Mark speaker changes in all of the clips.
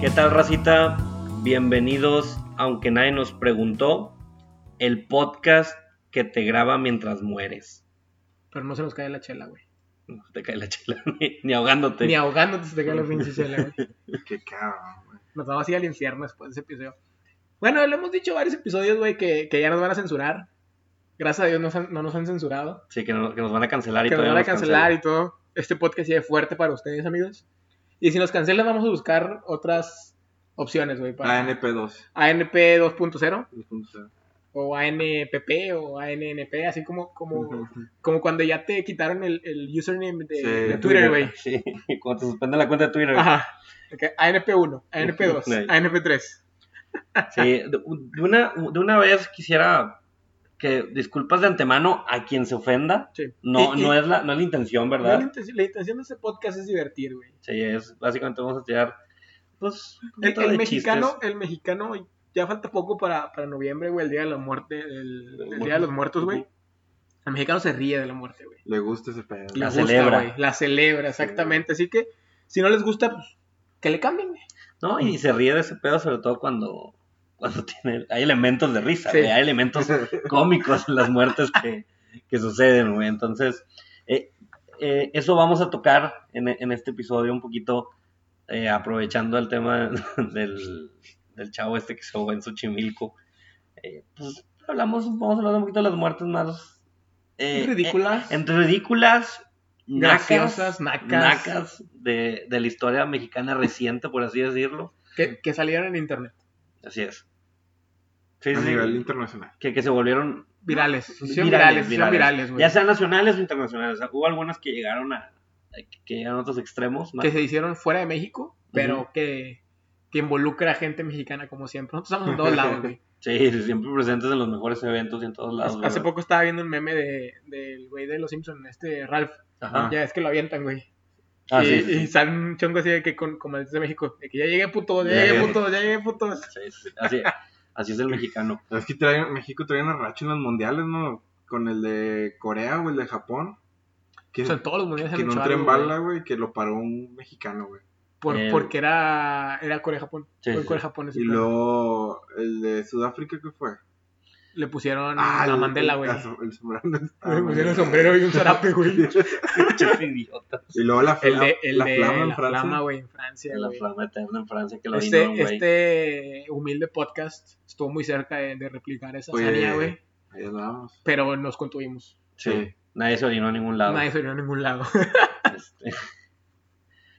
Speaker 1: ¿Qué tal, racita? Bienvenidos, aunque nadie nos preguntó, el podcast que te graba mientras mueres.
Speaker 2: Pero no se nos cae la chela, güey.
Speaker 1: No se te cae la chela, ni, ni ahogándote.
Speaker 2: Ni ahogándote se te cae la pinche chela, güey.
Speaker 3: Qué cabrón, güey.
Speaker 2: Nos vamos a ir al infierno después de ese episodio. Bueno, lo hemos dicho varios episodios, güey, que, que ya nos van a censurar. Gracias a Dios nos han- no nos han censurado.
Speaker 1: Sí, que, no- que nos van a cancelar y
Speaker 2: que nos
Speaker 1: todavía
Speaker 2: van a cancelar
Speaker 1: cancelan.
Speaker 2: y todo. Este podcast sigue fuerte para ustedes, amigos. Y si nos cancelan, vamos a buscar otras opciones, güey.
Speaker 3: Ah,
Speaker 2: Para
Speaker 3: ANP2.
Speaker 2: ANP 2.0
Speaker 3: 2.0.
Speaker 2: o ANPP o ANNP, así como, como, como cuando ya te quitaron el, el username de,
Speaker 3: Sí,
Speaker 2: de Twitter, güey.
Speaker 1: Sí, cuando te suspenden la cuenta de Twitter.
Speaker 2: Ajá. Ok, ANP1,
Speaker 1: Ahí.
Speaker 2: ANP2, ANP3.
Speaker 1: Sí, de, de una, de una vez quisiera que disculpas de antemano a quien se ofenda.
Speaker 2: Sí.
Speaker 1: No,
Speaker 2: Y- y-
Speaker 1: no, es, la, no es la intención, ¿verdad?
Speaker 2: La, intención, la intención de este podcast es divertir, güey.
Speaker 1: Sí, es básicamente vamos a tirar, pues, un
Speaker 2: El,
Speaker 1: montón
Speaker 2: el
Speaker 1: de
Speaker 2: mexicano,
Speaker 1: chistes.
Speaker 2: el mexicano, ya falta poco para, para noviembre, güey, el día de la muerte, el,
Speaker 1: Los
Speaker 2: el día de los muertos, güey.
Speaker 1: Ujú.
Speaker 2: El mexicano se ríe de la muerte, güey.
Speaker 3: Le gusta ese pedo.
Speaker 1: La
Speaker 2: Le gusta,
Speaker 1: celebra.
Speaker 2: güey, La celebra, exactamente. Así que, si no les gusta, pues, que le cambien, güey.
Speaker 1: No, y se ríe de ese pedo, sobre todo cuando, cuando tiene, hay elementos de risa,
Speaker 2: Sí.
Speaker 1: güey, hay elementos cómicos en las muertes que, que suceden, güey. Entonces, eh, eh, eso vamos a tocar en, en este episodio un poquito, eh, aprovechando el tema del, del chavo este que se ahogó en Xochimilco. Eh, pues hablamos, vamos a hablar un poquito de las muertes más... eh,
Speaker 2: Ridículas.
Speaker 1: eh, entre ridículas, nacas,
Speaker 2: Graciosas, nacas.
Speaker 1: nacas de, de la historia mexicana reciente, por así decirlo.
Speaker 2: que, que salieron en internet.
Speaker 1: Así es. Sí,
Speaker 3: A
Speaker 1: sí,
Speaker 3: nivel internacional.
Speaker 1: que, que se volvieron
Speaker 2: Virales. se hicieron virales, se hicieron virales, güey.
Speaker 1: ya sean nacionales o internacionales. O sea, hubo algunas que llegaron a, a- que llegaron a otros extremos. más-
Speaker 2: Que se hicieron fuera de México, pero
Speaker 1: Ujú.
Speaker 2: que, que involucra a gente mexicana como siempre. Nosotros estamos en todos lados, güey.
Speaker 1: Sí, sí, siempre presentes en los mejores eventos y en
Speaker 3: Ah,
Speaker 1: todos lados.
Speaker 2: Hace
Speaker 1: ¿verdad?
Speaker 2: poco estaba viendo un meme de- del güey de los Simpsons, este Ralph.
Speaker 3: Ah.
Speaker 1: Ajá.
Speaker 2: Ya es que lo avientan, güey.
Speaker 1: Ah,
Speaker 2: y,
Speaker 1: sí, sí,
Speaker 2: y
Speaker 1: sí.
Speaker 2: sale un chongo así de que con, como el de México, de que ya llegué puto, ya
Speaker 1: Ya
Speaker 2: llegué
Speaker 1: llegué.
Speaker 2: puto, ya llegué puto.
Speaker 1: Sí, sí, Así, así es el mexicano.
Speaker 3: Es que trae- México trae una racha en los mundiales, ¿no? Con el de Corea o el de Japón. Que,
Speaker 2: O sea, en todos los mundiales
Speaker 3: que
Speaker 2: han
Speaker 3: no
Speaker 2: hecho
Speaker 3: entró en
Speaker 2: algo, güey,
Speaker 3: bala, Eh. güey, que lo paró un mexicano, güey.
Speaker 2: por-
Speaker 1: El-
Speaker 2: Porque era, era Corea-Japón.
Speaker 1: Sí,
Speaker 2: fue
Speaker 1: sí.
Speaker 2: Corea-Japón ese
Speaker 3: Y
Speaker 2: pedo.
Speaker 3: luego el de Sudáfrica, ¿qué fue?
Speaker 2: Le pusieron
Speaker 3: ah, el-
Speaker 2: Ah, la mandela, güey.
Speaker 3: la so- El, sombrero. Ah,
Speaker 2: Le pusieron
Speaker 3: güey.
Speaker 2: el sombrero y un zarape, güey.
Speaker 1: Pinches idiotas.
Speaker 3: Y luego la,
Speaker 2: El
Speaker 3: la-
Speaker 2: de, el
Speaker 3: la
Speaker 2: de
Speaker 3: flama en
Speaker 2: la
Speaker 3: Francia.
Speaker 2: flama, güey, en Francia,
Speaker 1: La
Speaker 2: güey.
Speaker 1: flama eterna en Francia que lo
Speaker 2: Este,
Speaker 1: vino, güey.
Speaker 2: este humilde podcast estuvo muy cerca de, de replicar esa
Speaker 1: Pues,
Speaker 3: Oye.
Speaker 2: hazaña, güey.
Speaker 3: Ahí andábamos.
Speaker 2: Pero nos contuvimos.
Speaker 1: Sí. Nadie se orinó a ningún lado.
Speaker 2: Nadie se vio a ningún lado.
Speaker 1: Este,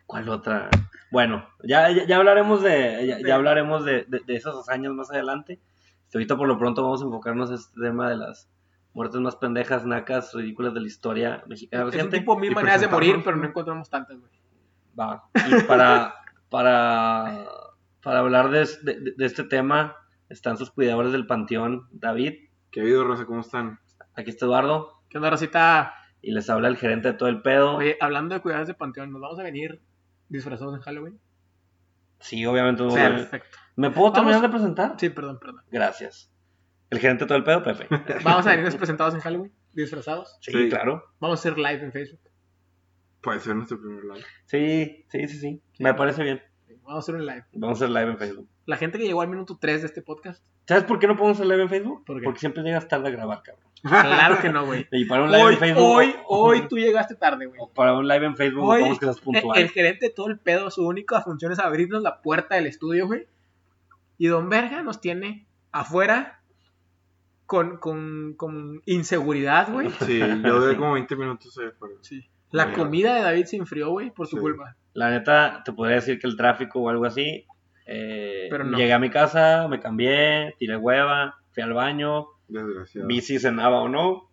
Speaker 1: ¿Cuál otra? Bueno, ya, ya, ya hablaremos de ya, ya hablaremos de, de- de esas hazañas más adelante. Este, ahorita por lo pronto vamos a enfocarnos en este tema de las muertes más pendejas, nacas, ridículas de la historia mexicana
Speaker 2: Es un
Speaker 1: reciente.
Speaker 2: tipo mil
Speaker 3: Y
Speaker 2: maneras de morir,
Speaker 3: presentamos-
Speaker 2: pero no encontramos tantas, güey.
Speaker 1: Va, Y para, para, para hablar de, es- de- de- de este tema están sus cuidadores del panteón, David.
Speaker 3: ¿Qué ha habido, Rosa? ¿Cómo están?
Speaker 1: Aquí está Eduardo.
Speaker 2: ¿Qué onda, Rosita?
Speaker 1: Y les habla el gerente de todo el pedo.
Speaker 2: Oye, hablando de cuidados de panteón, ¿nos vamos a venir disfrazados en Halloween?
Speaker 1: Sí, obviamente.
Speaker 3: Sí.
Speaker 1: bueno.
Speaker 2: perfecto.
Speaker 1: ¿Me puedo terminar
Speaker 2: Vamos.
Speaker 1: de presentar?
Speaker 2: Sí, perdón, perdón.
Speaker 1: Gracias. El gerente de todo el pedo, Pepe.
Speaker 2: ¿Vamos a venirnos presentados en Halloween? ¿Disfrazados?
Speaker 1: Sí,
Speaker 3: Sí.
Speaker 1: claro.
Speaker 2: Vamos a hacer live en Facebook.
Speaker 3: Puede ser nuestro primer live.
Speaker 1: Sí, sí, sí, sí. Me parece bien.
Speaker 2: Sí, Vamos a hacer un live.
Speaker 1: Vamos a hacer live en Facebook.
Speaker 2: La gente que llegó al minuto 3 de este podcast,
Speaker 1: ¿Sabes por qué no podemos hacer live en Facebook?
Speaker 2: ¿Por qué?
Speaker 1: Porque siempre llegas tarde a grabar, cabrón.
Speaker 2: claro que no, güey.
Speaker 1: Y para un live
Speaker 2: Hoy,
Speaker 1: en Facebook. Oh.
Speaker 2: hoy, hoy tú llegaste tarde, güey.
Speaker 1: o Para un live en Facebook,
Speaker 2: Hoy-
Speaker 1: vamos que seas
Speaker 2: Eh,
Speaker 1: puntual.
Speaker 2: El gerente de todo el pedo, su única función es abrirnos la puerta del estudio, güey. Y Don Verga nos tiene afuera con, con, con inseguridad, güey.
Speaker 3: Sí, yo duré como 20 minutos eh, ahí afuera.
Speaker 2: La
Speaker 3: Oye.
Speaker 2: comida de David se enfrió, güey, por su
Speaker 3: Sí.
Speaker 2: culpa.
Speaker 1: La neta, te podría decir que el tráfico o algo así. eh,
Speaker 2: Pero no.
Speaker 1: Llegué a mi casa, me cambié, tiré hueva, fui al baño,
Speaker 3: Desgraciado.
Speaker 1: vi si cenaba o no.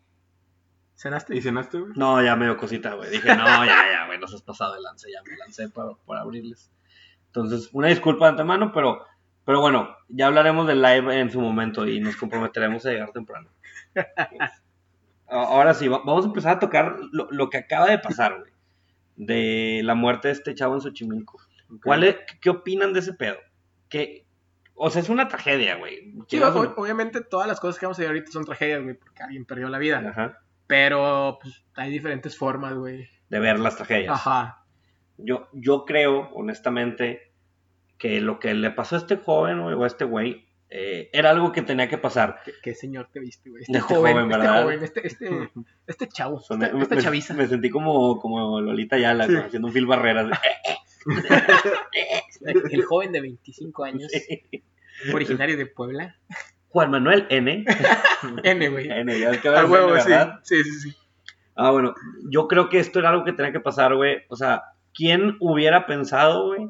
Speaker 2: ¿Cenaste?
Speaker 3: ¿Y cenaste, güey?
Speaker 1: No, ya me dio cosita, güey. Dije, no, ya, ya, güey, nos has pasado de lance, ya me lancé para, para abrirles. Entonces, una disculpa de antemano, pero, pero bueno, ya hablaremos del live en su momento y nos comprometeremos a llegar temprano. A- Ahora sí, va- vamos a empezar a tocar lo, lo que acaba de pasar, güey, de la muerte de este chavo en Xochimilco.
Speaker 3: Ok.
Speaker 1: ¿Cuál es- ¿Qué opinan de ese pedo? Que, o sea, es una tragedia, güey.
Speaker 2: Sí,
Speaker 1: Quieras o
Speaker 2: o-
Speaker 1: no.
Speaker 2: obviamente todas las cosas que vamos a ver ahorita son tragedias, güey, porque alguien perdió la vida.
Speaker 1: Ajá,
Speaker 2: Pero pues, hay diferentes formas, güey.
Speaker 1: de ver las tragedias.
Speaker 2: Ajá.
Speaker 1: Yo, yo creo, honestamente, que lo que le pasó a este joven güey, o a este güey eh, era algo que tenía que pasar.
Speaker 2: ¿Qué, qué señor te viste, güey?
Speaker 1: De este joven,
Speaker 2: este
Speaker 1: ¿verdad?
Speaker 2: joven, este, este, este chavo,
Speaker 1: O sea,
Speaker 2: esta,
Speaker 1: me,
Speaker 2: esta
Speaker 1: me-
Speaker 2: chaviza.
Speaker 1: me sentí como, como Lolita Yala,
Speaker 3: Sí.
Speaker 1: haciendo un Phil Barreras. "Eh,
Speaker 2: El joven de 25 años, originario de Puebla.
Speaker 1: Juan Manuel N.
Speaker 2: N, güey.
Speaker 1: N, ya es que ahora
Speaker 2: A
Speaker 1: es
Speaker 2: Eh, huevo,
Speaker 1: N,
Speaker 2: sí.
Speaker 1: ¿verdad?
Speaker 2: Sí, sí, sí.
Speaker 1: Ah, bueno, yo creo que esto era algo que tenía que pasar, güey. O sea, ¿quién hubiera pensado, güey,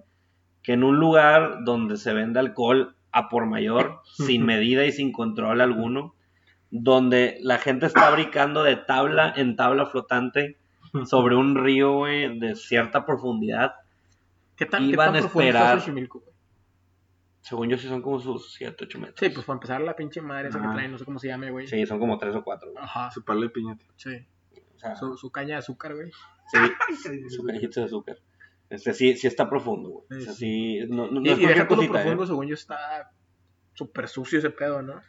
Speaker 1: que en un lugar donde se vende alcohol a por mayor, sin medida y sin control alguno, donde la gente está brincando de tabla en tabla flotante sobre un río, güey, de cierta profundidad?
Speaker 2: ¿Qué tan, qué
Speaker 1: Iban
Speaker 2: tan
Speaker 1: a
Speaker 2: profundo
Speaker 1: esperar.
Speaker 2: está Xochimilco, güey?
Speaker 1: Según yo, sí son como sus 7, 8 metros.
Speaker 2: Sí, pues para empezar la pinche madre esa que
Speaker 3: Ah.
Speaker 2: traen, no sé cómo se llame, güey.
Speaker 1: Sí, son como 3 o 4.
Speaker 2: Ajá,
Speaker 3: Su palo de piñata.
Speaker 2: sí.
Speaker 1: O sea,
Speaker 2: Su, su caña de azúcar, güey.
Speaker 1: sí, su cajita de azúcar. Este, sí, sí está profundo, güey. O sea, sí, no, no, no
Speaker 2: Y,
Speaker 1: es
Speaker 2: y
Speaker 1: cualquier
Speaker 2: deja todo
Speaker 1: cosita, eh.
Speaker 2: profundo, según yo, está súper sucio ese pedo, ¿no?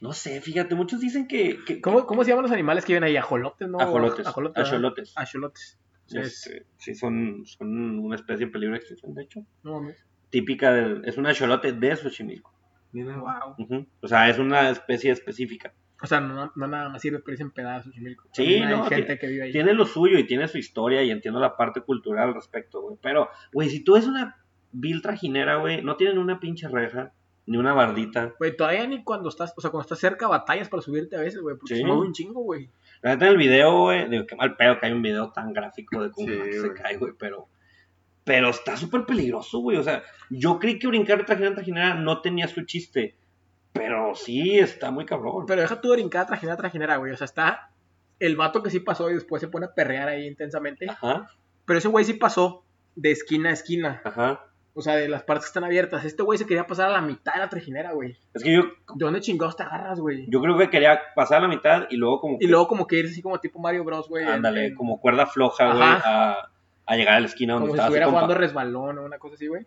Speaker 1: No sé, fíjate, muchos dicen que. que
Speaker 2: ¿Cómo, ¿Cómo se llaman los animales que viven ahí? ¿Ajolotes, no?
Speaker 1: Ajolotes.
Speaker 2: Ajolotes. ¿verdad?
Speaker 1: Ajolotes.
Speaker 2: Ajolotes. Sí, es-
Speaker 1: Este, sí, son, son una especie en peligro de extinción, de hecho.
Speaker 2: No mames.
Speaker 1: Típica del. Es un acholote de Xochimilco.
Speaker 3: Mira, guau.
Speaker 2: Wow.
Speaker 1: Ujú. O sea, es una especie específica.
Speaker 2: O sea, no, no nada más sirve, pero dicen pedazos, Xochimilco.
Speaker 1: Sí,
Speaker 2: También hay
Speaker 1: no,
Speaker 2: gente
Speaker 1: tiene-
Speaker 2: que vive ahí.
Speaker 1: Tiene lo suyo y tiene su historia y entiendo la parte cultural al respecto, güey. Pero, güey, si tú ves una vil trajinera, güey, no tienen una pinche reja ni una bardita.
Speaker 2: Güey, todavía ni cuando estás, o sea, cuando estás cerca batallas para subirte a veces, güey, porque
Speaker 1: Sí.
Speaker 2: se mueve un chingo, güey.
Speaker 1: La neta en el video, güey, digo, qué mal pedo que hay un video tan gráfico de cómo
Speaker 3: Sí,
Speaker 1: Max se
Speaker 3: güey.
Speaker 1: cae, güey, pero, pero está súper peligroso, güey. O sea, yo creí que brincar de trajinera en trajinera no tenía su chiste, pero sí está muy cabrón.
Speaker 2: Pero deja tú brincada, trajinera, trajinera, güey. O sea, está el vato que sí pasó y después se pone a perrear ahí intensamente.
Speaker 1: Ajá,
Speaker 2: Pero ese güey sí pasó de esquina a esquina.
Speaker 1: ajá.
Speaker 2: O sea, de las partes que están abiertas. Este güey se quería pasar a la mitad de la trajinera, güey.
Speaker 1: Es que yo,
Speaker 2: ¿De dónde chingados te agarras, güey?
Speaker 1: yo creo que quería pasar la mitad y luego como,
Speaker 2: Y luego como que irse así como tipo Mario Bros, güey. en-
Speaker 1: ándale,
Speaker 2: en-
Speaker 1: como cuerda floja, güey, a, a llegar a la esquina donde
Speaker 2: Como si
Speaker 1: estaba su
Speaker 2: estuviera jugando
Speaker 1: compa.
Speaker 2: resbalón o una cosa así, güey.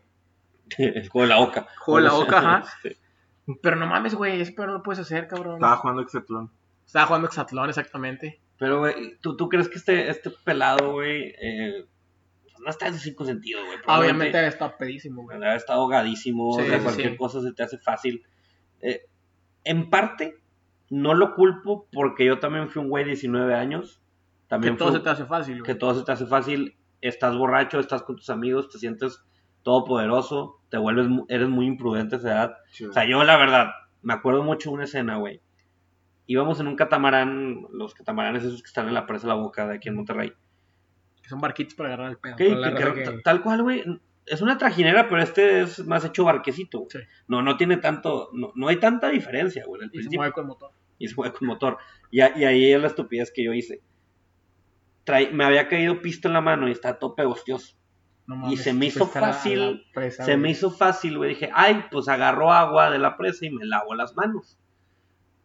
Speaker 1: El juego de la oca.
Speaker 2: Juego de la oca, ajá.
Speaker 1: Este,
Speaker 2: Pero no mames, güey, eso pero no lo puedes hacer, cabrón.
Speaker 3: Estaba jugando Exatlón.
Speaker 2: Estaba jugando hexatlón, exactamente.
Speaker 1: Pero, güey, ¿tú, ¿tú crees que este, este pelado, güey, eh, no está en sus cinco sentidos, güey? Probablemente-
Speaker 2: Obviamente había estado pedísimo, güey.
Speaker 1: ¿verdad? Está ahogadísimo,
Speaker 2: Sí,
Speaker 1: o sea,
Speaker 2: sí,
Speaker 1: cualquier
Speaker 2: sí.
Speaker 1: cosa se te hace fácil. Eh, en parte, no lo culpo porque yo también fui un güey de 19 años.
Speaker 2: Que
Speaker 1: También
Speaker 2: todo
Speaker 1: fui-
Speaker 2: se te hace fácil,
Speaker 1: que
Speaker 2: güey.
Speaker 1: todo se te hace fácil. Estás borracho, estás con tus amigos, te sientes todopoderoso, te vuelves, mu- eres muy imprudente a esa edad. O sea, yo la verdad, me acuerdo mucho de una escena, güey. Íbamos en un catamarán, los catamaranes esos que están en la presa de la boca de aquí en Monterrey.
Speaker 2: Que son barquitos para agarrar el pedo.
Speaker 1: Ok,
Speaker 2: con la
Speaker 1: que-
Speaker 2: raza
Speaker 1: que-
Speaker 2: que-
Speaker 1: Tal cual, güey. Es una trajinera, pero este es más hecho barquecito. güey.
Speaker 2: Sí.
Speaker 1: No, no tiene tanto. No, no hay tanta diferencia, güey. Al
Speaker 2: Y se
Speaker 1: principio.
Speaker 2: mueve con el motor.
Speaker 1: Y se mueve con motor. Y, a- y ahí es la estupidez que yo hice. Trae- me había caído pisto en la mano y está a tope hostioso.
Speaker 2: No
Speaker 1: se me
Speaker 2: pues,
Speaker 1: hizo
Speaker 2: está la- la
Speaker 1: fácil,
Speaker 2: presa,
Speaker 1: Se me
Speaker 2: güey.
Speaker 1: hizo fácil, güey. Dije, ay, pues agarro agua de la presa y me lavo las manos.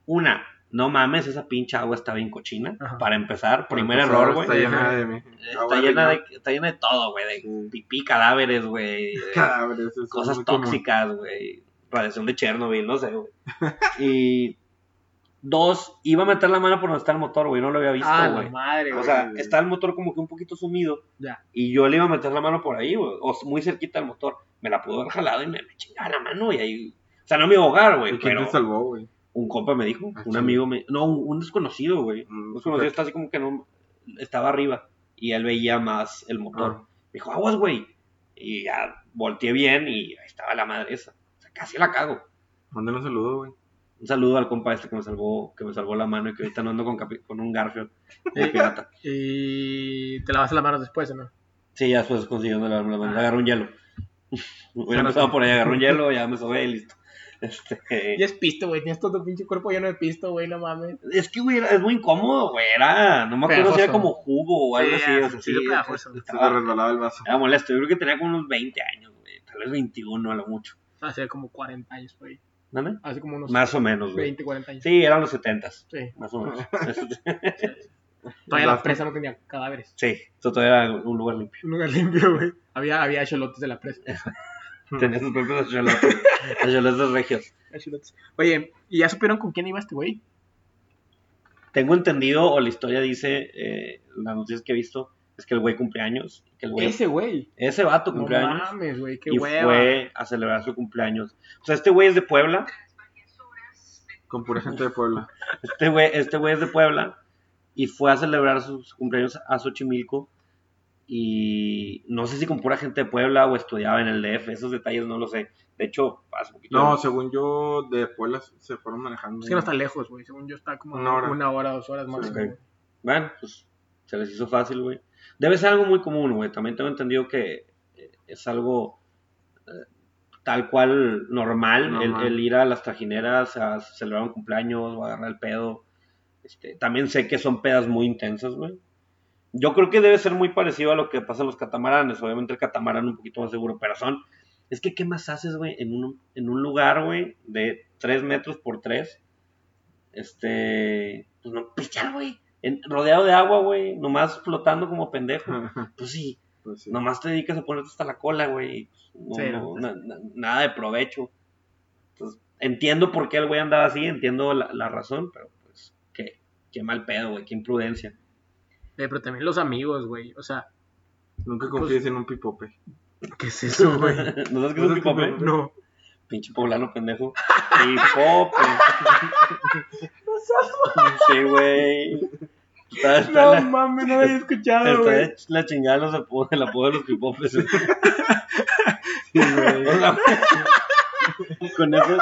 Speaker 1: Una, no mames, esa pincha agua está bien cochina.
Speaker 2: Ajá.
Speaker 1: Para empezar,
Speaker 3: Para
Speaker 1: primer
Speaker 3: empezar,
Speaker 1: error, güey.
Speaker 3: Está llena de mí.
Speaker 1: Está llena de, está llena de todo, güey. De
Speaker 3: Sí.
Speaker 1: pipí, cadáveres, güey. de-
Speaker 3: cadáveres. eso es
Speaker 1: cosas
Speaker 3: muy común.
Speaker 1: tóxicas, güey. Radiación de Chernobyl, no sé, güey. Y dos, iba a meter la mano por donde está el motor, güey. No lo había visto,
Speaker 2: Ah,
Speaker 1: güey.
Speaker 2: la madre,
Speaker 1: O
Speaker 2: güey.
Speaker 1: sea, está el motor como que un poquito sumido.
Speaker 2: Ya.
Speaker 1: Y yo le iba a meter la mano por ahí, güey. O s- muy cerquita al motor. Me la pudo haber jalado y me, me chingaba la mano. Y ahí. O sea, no me iba a ahogar,
Speaker 3: ¿Y
Speaker 1: güey.
Speaker 3: quién
Speaker 1: Pero
Speaker 3: te salvó, güey?
Speaker 1: un compa me dijo,
Speaker 3: Ah,
Speaker 1: un
Speaker 3: sí.
Speaker 1: amigo me. No, un, un desconocido, güey.
Speaker 3: Mm,
Speaker 1: Un desconocido está así como que no. Estaba arriba. Y él veía más el motor.
Speaker 3: Ah.
Speaker 1: Me dijo, aguas, güey. Y ya volteé bien y ahí estaba la madre esa. O sea, casi la cago.
Speaker 3: Mándale un saludo, güey.
Speaker 1: Un saludo al compa este que me salvó, que me salvó la mano y que ahorita no ando con, capi- con un garfio de
Speaker 2: Sí.
Speaker 1: pirata.
Speaker 2: Y te lavas las manos después, ¿o no?
Speaker 1: Sí, ya después consiguiendo la la mano. Agarré un hielo. Ah. Hubiera
Speaker 2: Ahora
Speaker 1: empezado
Speaker 2: sí.
Speaker 1: por ahí, agarré un hielo, ya me sobé y listo. Este,
Speaker 2: Y es pisto, güey. Tienes todo tu pinche cuerpo lleno de pisto, güey. No mames.
Speaker 1: es que, güey, era- es muy incómodo, güey. Era, no me acuerdo si
Speaker 2: Pegajoso.
Speaker 1: era como jugo o algo
Speaker 2: Sí,
Speaker 1: así. O sea,
Speaker 2: sí,
Speaker 1: sí,
Speaker 2: pegajoso.
Speaker 1: estaba-
Speaker 3: Se te resbalaba el vaso.
Speaker 1: era molesto. Yo creo que tenía como unos 20 años, güey. Tal vez 21 a lo mucho.
Speaker 2: Hace como 40 años, güey.
Speaker 1: ¿Dónde?
Speaker 2: Hace como unos
Speaker 1: Más o menos, güey.
Speaker 2: 20, 40 años.
Speaker 1: Sí, eran los 70s,
Speaker 2: Sí.
Speaker 1: más o menos. Este,
Speaker 2: Todavía la
Speaker 3: Gasto.
Speaker 2: presa no tenía cadáveres.
Speaker 1: Sí, esto todavía era un lugar limpio.
Speaker 2: Un lugar limpio, güey. Había, había acholotes de la presa.
Speaker 1: Tenía sus propios acholotes, acholotes regios.
Speaker 2: Acholotes. Oye, ¿y ya supieron con quién iba este güey?
Speaker 1: Tengo entendido, o la historia dice, eh, las noticias que he visto, es que el güey cumpleaños. Que el güey, ese,
Speaker 2: Ese güey.
Speaker 1: vato
Speaker 2: No
Speaker 1: cumpleaños.
Speaker 2: mames, güey, qué
Speaker 1: y
Speaker 2: hueva.
Speaker 1: fue a celebrar su cumpleaños. O sea, este güey es de Puebla.
Speaker 3: Con pura gente de Puebla.
Speaker 1: Este güey, este güey es de Puebla. Y fue a celebrar su, su cumpleaños a Xochimilco. Y no sé si con pura gente de Puebla o estudiaba en el DF. Esos detalles no lo sé. De hecho, hace poquito.
Speaker 3: No, según yo, de Puebla se fueron manejando.
Speaker 2: Es que no está lejos, güey. Según yo, está como
Speaker 3: Una hora.
Speaker 2: una hora, dos horas más.
Speaker 1: Ok. Bueno, pues se les hizo fácil, güey. Debe ser algo muy común, güey. También tengo entendido que eh, es algo eh, tal cual normal, el-
Speaker 3: Normal.
Speaker 1: El, ir a las trajineras a celebrar un cumpleaños o agarrar el pedo. Este, también sé que son pedas muy intensas, güey. Yo creo que debe ser muy parecido a lo que pasa en los catamaranes. Obviamente el catamarán un poquito más seguro, pero son... Es que, ¿qué más haces, güey? En un, en un lugar, güey, de 3 metros por 3. Este... Pues no, pues ya, güey. en- Rodeado de agua, güey. Nomás flotando como pendejo. Pues sí.
Speaker 3: Pues sí.
Speaker 1: Nomás te dedicas a ponerte hasta la cola, güey. pues, No,
Speaker 2: Sí,
Speaker 1: no,
Speaker 2: no.
Speaker 1: na- na- nada de provecho. Entonces, entiendo por qué el güey andaba así, entiendo la, la razón, pero pues, qué, qué mal pedo, güey, qué imprudencia.
Speaker 2: Eh, pero también los amigos, güey. O sea,
Speaker 3: Nunca confíes en un pipope.
Speaker 2: ¿qué es eso, güey?
Speaker 1: ¿No sabes qué es un pipope?
Speaker 2: No.
Speaker 1: Pinche poblano pendejo. Pipope. Sí, güey. Está, está
Speaker 2: No
Speaker 1: la,
Speaker 2: mames, no lo había escuchado,
Speaker 1: está
Speaker 2: güey.
Speaker 1: de la chingada los apodos, el apodo de los pipopes. güey.
Speaker 3: Sí, güey.
Speaker 1: O sea, con esos,